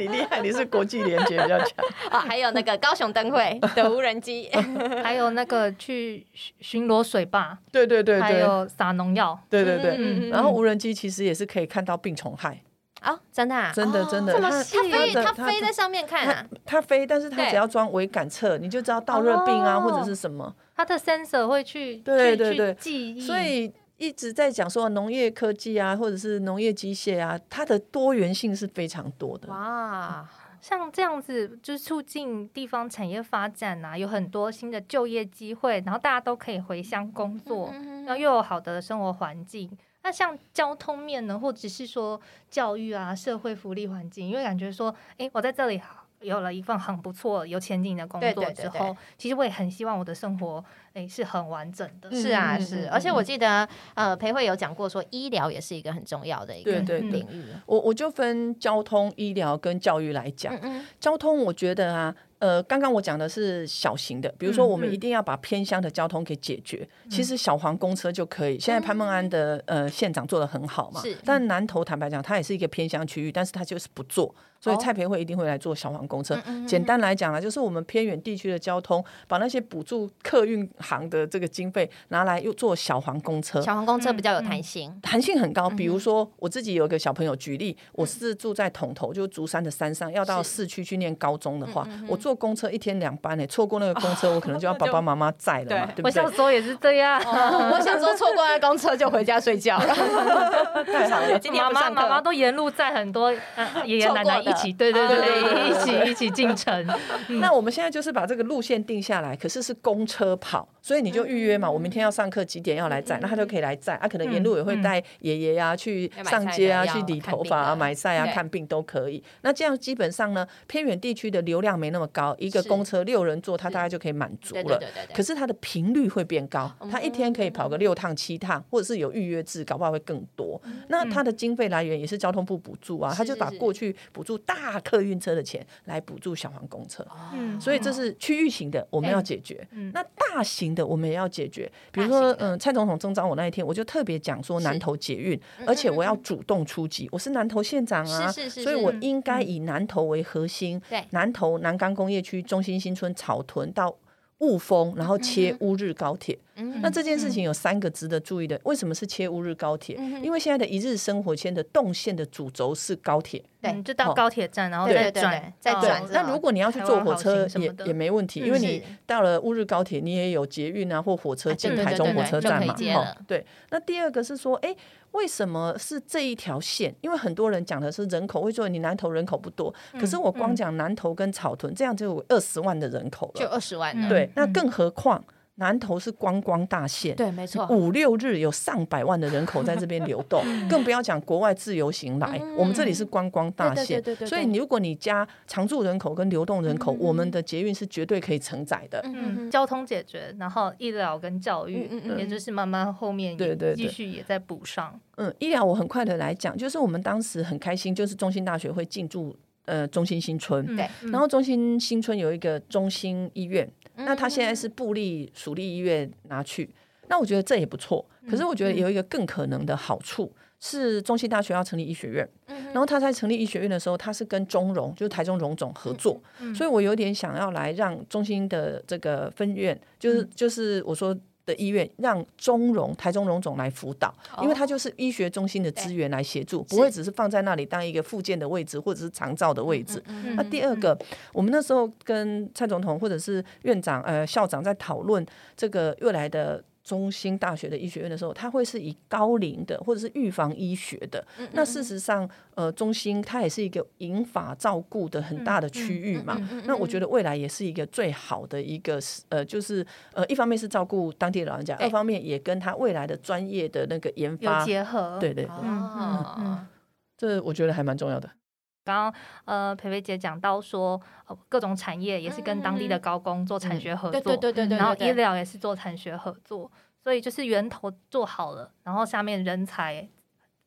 Speaker 3: <laughs> 你厉害，你是国际连接比较强。
Speaker 2: 啊，还有那个高雄灯会的无人机，
Speaker 3: 哦
Speaker 1: 还有那个去巡巡逻水坝，
Speaker 3: <laughs> 对对对
Speaker 1: 还
Speaker 3: 对
Speaker 1: 有撒农药，
Speaker 3: 对对
Speaker 2: <laughs>
Speaker 3: 对。
Speaker 2: 嗯嗯嗯
Speaker 3: 然后无人机其实也是可以看到病虫害，
Speaker 2: 哦，真的啊，
Speaker 3: 真的真的，
Speaker 1: 这么
Speaker 3: 它
Speaker 1: 细
Speaker 2: 飞
Speaker 3: 的
Speaker 2: 它飞在上面
Speaker 3: 嗯
Speaker 2: 看啊，
Speaker 3: 它飞，但是它
Speaker 2: 对
Speaker 3: 只要装微感测，你就知道到热病啊
Speaker 1: 哦
Speaker 3: 或者是什么。
Speaker 1: 它的 sensor 会去
Speaker 3: 对
Speaker 1: 去
Speaker 3: 对对
Speaker 1: 去记忆，
Speaker 3: 所以一直在讲说农业科技啊，或者是农业机械啊，它的多元性是非常多的。
Speaker 2: 哇，
Speaker 1: 像这样子，就是促进地方产业发展啊，有很多新的就业机会，然后大家都可以回乡工
Speaker 3: 嗯
Speaker 2: 哦
Speaker 1: 作，
Speaker 2: 嗯
Speaker 1: 然后又有好的生活环境。那像交通面呢，或者是说教育啊、社会福利环境，因为感觉说，诶，我在这里好有了一份很不错、有前景的工
Speaker 2: 对
Speaker 1: 作
Speaker 2: 对
Speaker 1: 之
Speaker 2: 对
Speaker 1: 后，
Speaker 2: 对
Speaker 1: 其实我也很希望我的生活，诶，是很完整的。
Speaker 2: 是啊
Speaker 3: 嗯嗯
Speaker 2: 是
Speaker 3: 嗯，
Speaker 2: 而且我记得呃，裴慧有讲过说医疗也是一个很重要的一个
Speaker 3: 对对
Speaker 1: 对
Speaker 2: 领域，
Speaker 3: 我我就分交通、医疗跟教育来讲。
Speaker 2: 嗯嗯，
Speaker 3: 交通，我觉得啊，呃，刚刚我讲的是小型的，比如说
Speaker 1: 嗯
Speaker 3: 我们
Speaker 1: 嗯
Speaker 3: 一定要把偏乡的交通给解决。
Speaker 2: 嗯
Speaker 3: 其实小黄公车就可以。现在潘孟安的呃县长做的很好嘛
Speaker 2: 是，
Speaker 3: 但南投坦白讲，它也是一个偏乡区域，但是它就是不做，所以
Speaker 2: 哦嗯
Speaker 3: 蔡培慧一定会来做小黄公车。简单来讲啦，啊就是我们偏远地区的交通，把那些补助客运行的这个经费拿来又做小黄公车。
Speaker 2: 小黄公车比较有弹性，
Speaker 3: 弹性很
Speaker 2: 嗯
Speaker 3: 高。比如说，我自己有一个小朋友，举例，我是住在统头，就是竹山的山上，要到市区去念高中的话，
Speaker 2: 嗯
Speaker 3: 我坐公车一天两班
Speaker 2: <laughs>
Speaker 3: 呢，错过那个公车，我可能就要爸爸妈妈载了嘛，对
Speaker 1: 我
Speaker 3: 不
Speaker 1: 小
Speaker 3: 对？
Speaker 1: 时候也是这样，
Speaker 2: 我想说错过了公车就回家睡觉了，
Speaker 3: 太好了。
Speaker 2: 今天
Speaker 1: 妈
Speaker 2: 不
Speaker 1: 妈
Speaker 2: 上课
Speaker 1: 妈妈都沿路载很多、呃、爷爷奶奶
Speaker 2: 错过的
Speaker 1: 一起，对对对对，一起一起进城。
Speaker 3: 那我们现在就是把这个路线定下来，可是是公车跑，所以你就预约
Speaker 2: 嗯
Speaker 3: 嘛，我明天要上课几点要来载，那他就可以来载啊。可能沿路也会带爷爷呀去
Speaker 2: 要买菜
Speaker 3: 上街啊，
Speaker 2: 的
Speaker 3: 去
Speaker 2: 要
Speaker 3: 理
Speaker 2: 嗯看
Speaker 3: 头
Speaker 2: 病
Speaker 3: 发啊、
Speaker 2: 的
Speaker 3: 买菜啊、
Speaker 2: 对
Speaker 3: 看病都可以。那这样基本上呢，偏远地区的流量没那么高，一个
Speaker 2: 是
Speaker 3: 公车六人座，它大概就可以满足
Speaker 2: 对对
Speaker 3: 了。
Speaker 2: 对对对，哦
Speaker 3: 可是它的频率会变高，它一天可以跑个六趟、七趟，或者是有预约制，搞不好会更多。那它的经费来源也是交通部补助啊，
Speaker 2: 嗯是
Speaker 3: 它就把
Speaker 2: 是是
Speaker 3: 过去补助大客运车的钱来补助小黄公
Speaker 2: 哦
Speaker 3: 车。
Speaker 1: 嗯
Speaker 3: 所以这是区域型的，我们要解决。
Speaker 1: 嗯
Speaker 3: 那大型的我们也要解决，比如
Speaker 2: 大
Speaker 3: 说
Speaker 2: 型，的
Speaker 3: 嗯，蔡总统征召我那一天，我就特别讲说南投捷运，
Speaker 2: 嗯
Speaker 3: 而且我要主动出击，我是南投县长啊，
Speaker 2: 是是是嗯
Speaker 3: 所以我
Speaker 1: 是
Speaker 3: 应该以南投为核心，
Speaker 2: 对
Speaker 3: 南投南港工业区、中心新村、草屯到。雾峰，然后切乌日高铁。
Speaker 2: 嗯嗯
Speaker 3: 那这件事情有三个值得注意的，为什么是切乌日高铁？因为现在的一日生活圈的动线的主轴是高铁，
Speaker 2: 对
Speaker 1: 嗯，就到
Speaker 3: 哦
Speaker 1: 高铁站，然后
Speaker 3: 对
Speaker 1: 再
Speaker 2: 对对
Speaker 1: 转
Speaker 2: 再
Speaker 1: 到
Speaker 2: 转
Speaker 3: 那如果你要去坐火车
Speaker 1: 台湾好行什
Speaker 3: 也
Speaker 1: 么的
Speaker 3: 也没问题，
Speaker 1: 嗯
Speaker 3: 因为
Speaker 2: 是
Speaker 3: 你到了乌日高铁，你也有捷运啊或火车进
Speaker 2: 啊对
Speaker 3: 台中火车站
Speaker 2: 对对对对就
Speaker 3: 嘛
Speaker 2: 可以接，
Speaker 3: 哈
Speaker 2: 了，
Speaker 3: 对。那第二个是说，哎，为什么是这一条线？因为很多人讲的是人口，会说你南投人口不多，
Speaker 2: 嗯
Speaker 3: 可是我光讲南投跟草屯，这样就有二十万的人口
Speaker 2: 就
Speaker 3: 了，
Speaker 2: 二十万了，
Speaker 1: 嗯
Speaker 3: 对。那更何况南投是观光大县，
Speaker 2: 对，没错，
Speaker 3: 五六日有上百万的人口在这边流
Speaker 2: <laughs>
Speaker 3: 动，更不要讲国外自由行来，
Speaker 2: 嗯
Speaker 3: 我们这里是观光大
Speaker 2: 对对
Speaker 3: 县
Speaker 2: 对对对，对
Speaker 3: 所以你如果你加常住人口跟流动人口，我们的捷运是绝对可以承载的。
Speaker 1: 嗯，交通解决，然后医疗跟教育，
Speaker 2: 嗯嗯嗯
Speaker 1: 也就是慢慢后面
Speaker 3: 对
Speaker 1: 也
Speaker 3: 对对
Speaker 1: 继续也在补上。
Speaker 3: 嗯，医疗我很快的来讲，就是我们当时很开心，就是中心大学会进驻呃中心新村，
Speaker 1: 嗯
Speaker 2: 对
Speaker 1: 嗯
Speaker 3: 然后中心新村有一个中心医院，
Speaker 2: 嗯
Speaker 3: 那它现在是部立属立医院拿去，那我觉得这也不错。可是我觉得有一个更可能的好处是，中心大学要成立医学院，然后他在成立医学院的时候，他是跟中荣，就是台中荣总合作，所以我有点想要来让中心的这个分院，就是就是我说。的医院让中荣台中荣总来辅导，因为他就是医学中心的资源来协助，不会只是放在那里当一个附件的位置或者是长照的位置。
Speaker 2: 嗯
Speaker 3: 那第二个，我们那时候跟蔡总统或者是院长、呃校长在讨论这个未来的中心大学的医学院的时候，它会是以高龄的或者是预防医学的。那
Speaker 1: 嗯
Speaker 3: 事实上，呃，中心它也是一个银法照顾的很
Speaker 1: 嗯
Speaker 3: 大的区域嘛。那我觉得未来也是一个最好的一个呃，就是呃，一方面是照顾当地的老人家，
Speaker 2: 对
Speaker 3: 二方面也跟他未来的专业的那个研
Speaker 1: 嗯有
Speaker 3: 发，
Speaker 1: 结合，
Speaker 3: 对对对，
Speaker 1: 嗯嗯
Speaker 3: 这我觉得还蛮重要的。
Speaker 1: 刚刚呃，培培姐讲到说，呃各种产业也是跟当地的高工做产学合作，
Speaker 2: 嗯
Speaker 1: 嗯
Speaker 2: 对对对对对，
Speaker 1: 然后医
Speaker 2: 对
Speaker 1: 疗也是做产学合作，所以就是源头做好了，然后下面人才、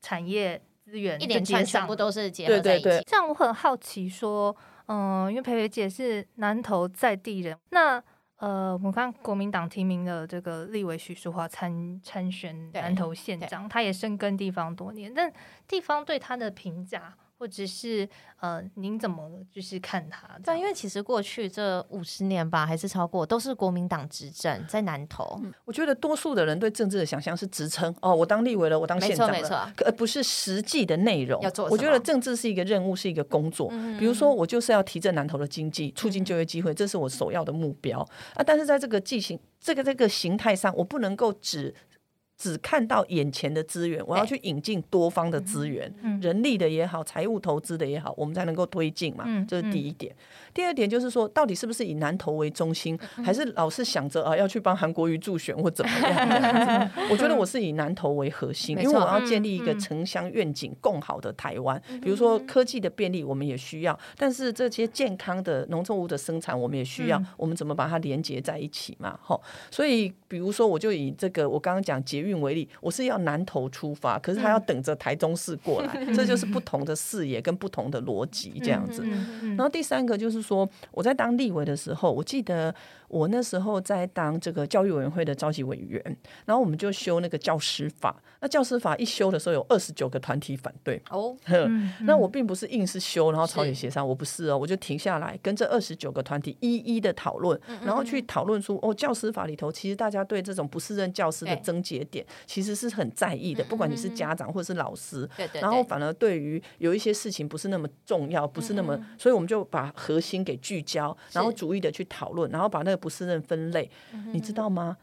Speaker 1: 产业资源
Speaker 2: 一连
Speaker 1: 就
Speaker 2: 串
Speaker 1: 接
Speaker 2: 全
Speaker 1: 上
Speaker 2: 部
Speaker 1: 了。
Speaker 2: 都是结合在一
Speaker 3: 对对
Speaker 2: 起，
Speaker 1: 像我很好奇说，嗯、因为培培姐是南投在地人，那呃，我们看国民党提名的这个立委徐淑华参参选
Speaker 2: 对
Speaker 1: 南投县长，他也深耕地方多年，但地方对他的评价，或者是呃，您怎么就是看他这
Speaker 2: 对，
Speaker 1: 样？
Speaker 2: 因为其实过去这五十年吧，还是超过，都是国民党执政在南投，
Speaker 3: 我觉得多数的人对政治的想象是职称哦，我当立委了，我当
Speaker 2: 没
Speaker 3: 县
Speaker 2: 错
Speaker 3: 长
Speaker 2: 没错
Speaker 3: 了，可而不是实际的内容
Speaker 2: 要做。
Speaker 3: 我觉
Speaker 2: 什
Speaker 3: 得
Speaker 2: 么嗯
Speaker 3: 政治是一个任务，是一个工作。比如说，我就是要提振南投的经济，促进就业机会，这是我首要的目标啊。但是在这个进行这个这个形态上，我不能够只。只看到眼前的资源，我要去引进多方的资源，
Speaker 1: 嗯
Speaker 3: 人力的也好，财务投资的也好，我们才能够推进嘛。
Speaker 1: 嗯
Speaker 3: 这是第一点。第二点就是说，到底是不是以南投为中心，
Speaker 2: 嗯
Speaker 3: 还是老是想着啊要去帮韩国瑜助选或怎么样？这样子 <laughs> 我觉得我是以南投为核心，
Speaker 2: 没
Speaker 3: 因
Speaker 2: 错
Speaker 3: 为我要建立一个
Speaker 1: 嗯嗯
Speaker 3: 城乡愿景共好的台湾。
Speaker 2: 嗯
Speaker 3: 比如说科技的便利，我们也需要，但是这些健康的农作物的生产，我们也需要
Speaker 1: 嗯。
Speaker 3: 我们怎么把它连接在一起嘛？吼，所以比如说，我就以这个我刚刚讲捷运为例，我是要南投出发，可是
Speaker 2: 嗯
Speaker 3: 它要等着台中市过
Speaker 2: <laughs>
Speaker 3: 来，这就是不同的视野跟不同的逻辑这样子。
Speaker 1: 嗯
Speaker 3: 然后第三个就是说，我在当立委的时候，我记得我那时候在当这个教育委员会的召集委员，然后我们就修那个教师法。那教师法一修的时候，有二十九个团体反对。
Speaker 2: 哦，
Speaker 1: 嗯
Speaker 3: 那我并不是硬是修，然后朝野
Speaker 2: 是
Speaker 3: 协商，我不是哦，我就停下来跟这二十九个团体一一的讨论，
Speaker 2: 嗯
Speaker 3: 然后去讨论出哦，教师法里头其实大家对这种不适任教师的
Speaker 2: 对嗯
Speaker 3: 症结点其实是很在意的，不管你是家长或是老师，
Speaker 2: 对对，
Speaker 3: 然后
Speaker 2: 对
Speaker 3: 反而对于有一些事情不是那么重要，不是那么，
Speaker 2: 嗯
Speaker 3: 所以我们就把核心给聚焦，然后逐一的去讨论，然后把那个不适任分类，
Speaker 2: 嗯
Speaker 3: 你知道吗？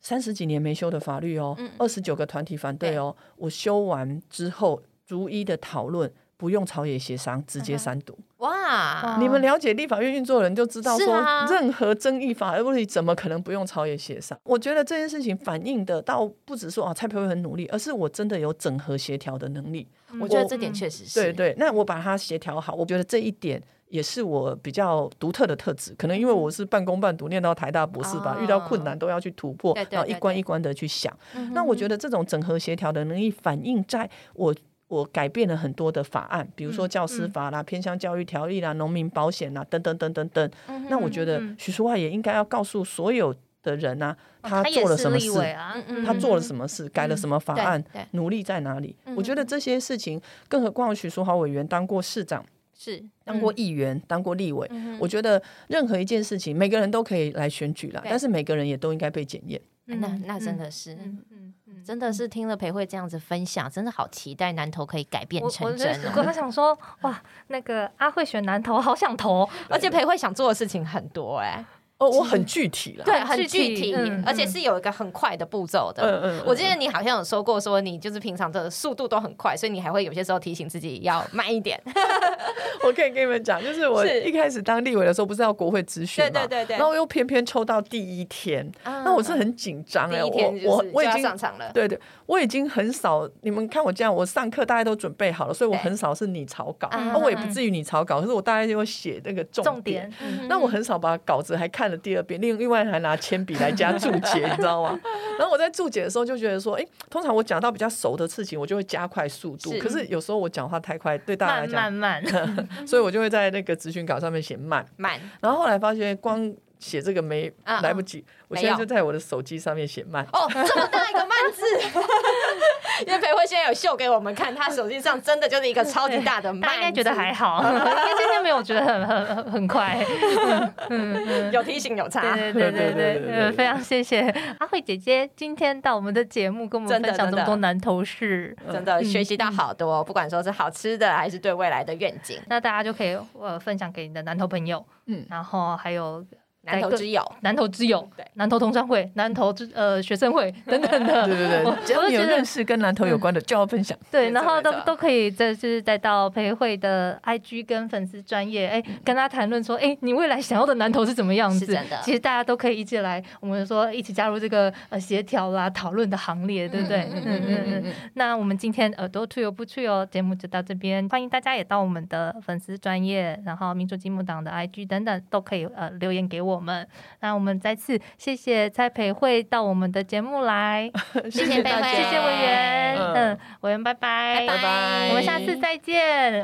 Speaker 3: 三十几年没修的法律哦，二十九个团体反对哦，我修完之后逐一的讨论。不用朝野协商，直
Speaker 2: 嗯
Speaker 3: 接删读。
Speaker 2: 哇，
Speaker 3: 你们了解立法院运作的人就知道，
Speaker 2: 哦是
Speaker 3: 说
Speaker 2: 啊
Speaker 3: 任何争议法案问题怎么可能不用朝野协商？我觉得这件事情反映的倒不只说啊蔡培慧很努力，而是我真的有整合协调的能力。
Speaker 1: 嗯
Speaker 2: 我嗯觉得这点确实是
Speaker 3: 对对，那我把它协调好，我觉得这一点也是我比较独特的特质。可能
Speaker 2: 嗯
Speaker 3: 因为我是半工半读，念到台大博士吧，遇到困难都要去突破，
Speaker 2: 哦对对嗯
Speaker 3: 然后一
Speaker 2: 对
Speaker 3: 关
Speaker 2: 对
Speaker 3: 一关的去想。那我觉得这种整合协调的能力，反映在我我改变了很多的法案，比如
Speaker 2: 嗯
Speaker 3: 说教师法啦、偏向教育条例啦、农民保险啦，等等等等等。那我觉得
Speaker 2: 嗯
Speaker 3: 徐淑华也应该要告诉所有的人啊，
Speaker 2: 哦
Speaker 3: 他
Speaker 1: 他哦也
Speaker 3: 做了
Speaker 1: 是
Speaker 3: 什么
Speaker 1: 立
Speaker 3: 事，
Speaker 1: 委啊，
Speaker 2: 嗯
Speaker 3: 他做了什么事，改了什么法案
Speaker 2: 对对，
Speaker 3: 努力在哪里？
Speaker 2: 嗯
Speaker 3: 我觉得这些事情，更何况许淑华委员当过市长、
Speaker 2: 是
Speaker 3: 当过议员、当过立委，
Speaker 2: 嗯
Speaker 3: 我觉得任何一件事情，每个人都可以来选举啦，
Speaker 2: 对
Speaker 3: 但是每个人也都应该被检验。
Speaker 2: 嗯那那真的是。
Speaker 1: 嗯嗯嗯
Speaker 2: 真的是听了裴慧这样子分享，真的好期待南投可以改变
Speaker 1: 我我
Speaker 2: 成
Speaker 1: 就
Speaker 2: 真
Speaker 1: 是
Speaker 2: 哦、
Speaker 1: 我想说，哇，那个阿慧选南投，好想投，
Speaker 2: 而且裴慧想做的事情很多
Speaker 1: <laughs>
Speaker 2: 哎、
Speaker 3: 哦，我很具体啦。
Speaker 2: 对，
Speaker 1: 很
Speaker 2: 很具
Speaker 1: 具
Speaker 2: 体，
Speaker 1: 体嗯
Speaker 2: 而且是有一个很快的步骤的。
Speaker 3: 嗯嗯，
Speaker 2: 我记得你好像有说过，说你就是平常的速度都很快，所以你还会有些时候提醒自己要慢
Speaker 1: <laughs>
Speaker 2: 一点。
Speaker 3: 我可以跟你们讲，就是我
Speaker 2: 是
Speaker 3: 一开始当立委的时候，不是要国会咨询嘛，
Speaker 2: 对对对对
Speaker 3: 然后又偏偏抽到第一天，那我是很紧张
Speaker 2: 第
Speaker 3: 哎，
Speaker 2: 一天
Speaker 3: 我
Speaker 2: 就
Speaker 3: 我
Speaker 2: 是就
Speaker 3: 我已
Speaker 2: 要
Speaker 3: 经
Speaker 2: 上场了，
Speaker 3: 对对，我已经很少。你们看我这样，我上课大家都准备好了，所以我
Speaker 2: 对
Speaker 3: 很少是拟草稿，
Speaker 2: 嗯
Speaker 3: 啊，我也不至于拟草稿，可是我大概就会写那个
Speaker 1: 重
Speaker 3: 重点
Speaker 1: 点。，
Speaker 3: 那我很少把稿子还看了第二遍，另另外还拿铅笔来加注解，你知道吗？然后我在注解的时候就觉得说，哎，通常我讲到比较熟的事情，我就会加快速度
Speaker 2: 是。
Speaker 3: 可是有时候我讲话太快，对大家来
Speaker 1: 慢
Speaker 3: 讲，
Speaker 1: 慢慢，
Speaker 3: 所以我就会在那个咨询稿上面写慢。
Speaker 2: 慢
Speaker 3: 然后后来发现光写这个没
Speaker 2: 啊
Speaker 3: 来不及，我
Speaker 2: 没
Speaker 3: 现在
Speaker 2: 有
Speaker 3: 就在我的手机上面写慢。
Speaker 2: 哦，这么大一个慢字， <laughs> 因为裴慧现在有秀给我们看，她手机上真的就是一个超级大的慢字，
Speaker 1: <laughs> 大家应该觉得还好，因为今天没有觉得很很很很快。
Speaker 2: 有提醒有
Speaker 1: <laughs>
Speaker 2: 差，
Speaker 1: 对对对对对，呃非常谢谢阿慧姐姐今天到我们的节目，跟我们
Speaker 2: 真的
Speaker 1: 分享这么
Speaker 2: 真的
Speaker 1: 多南投市。
Speaker 2: 真的学习到好多，
Speaker 1: 嗯
Speaker 2: 不管说是好吃的还是对未来的愿景，
Speaker 1: 那大家就可以呃分享给你的南投朋友，
Speaker 3: 嗯
Speaker 1: 嗯，然后还有
Speaker 2: 南投之友。
Speaker 1: 南投之友
Speaker 2: 对、
Speaker 1: 南投同乡会、南投之呃学生会等等的，
Speaker 3: 对
Speaker 1: <laughs>
Speaker 3: 对
Speaker 1: 我
Speaker 3: 对，只要
Speaker 1: 我
Speaker 3: 你
Speaker 1: 就
Speaker 3: 有
Speaker 1: 觉得
Speaker 3: 认识跟南投有关的，就要分享。
Speaker 1: 对，
Speaker 2: 没
Speaker 1: 然
Speaker 2: 错
Speaker 1: 后
Speaker 2: 没
Speaker 1: 都
Speaker 2: 错
Speaker 1: 都可以，这就是再到裴慧的 IG 跟粉丝专业，哎，跟他谈论说，哎，你未来想要的南投是怎么样
Speaker 2: 是
Speaker 1: 子
Speaker 2: 真的？
Speaker 1: 其实大家都可以一起来，我们说一起加入这个呃协调啦、讨论的行列，对不对？嗯嗯嗯嗯。那我们今天呃耳朵出游不出游节目就到这边，欢迎大家也到我们的粉丝专业，然后民主进步党的 IG 等等都可以呃留言给我们。那我们再次谢谢蔡培慧到我们的节目来。
Speaker 2: 谢谢
Speaker 1: 谢
Speaker 2: 贝
Speaker 1: 嗯谢
Speaker 2: 贝
Speaker 1: 委员，
Speaker 3: 嗯
Speaker 1: 嗯，委员拜拜，
Speaker 2: 拜拜
Speaker 1: 我们下次再见。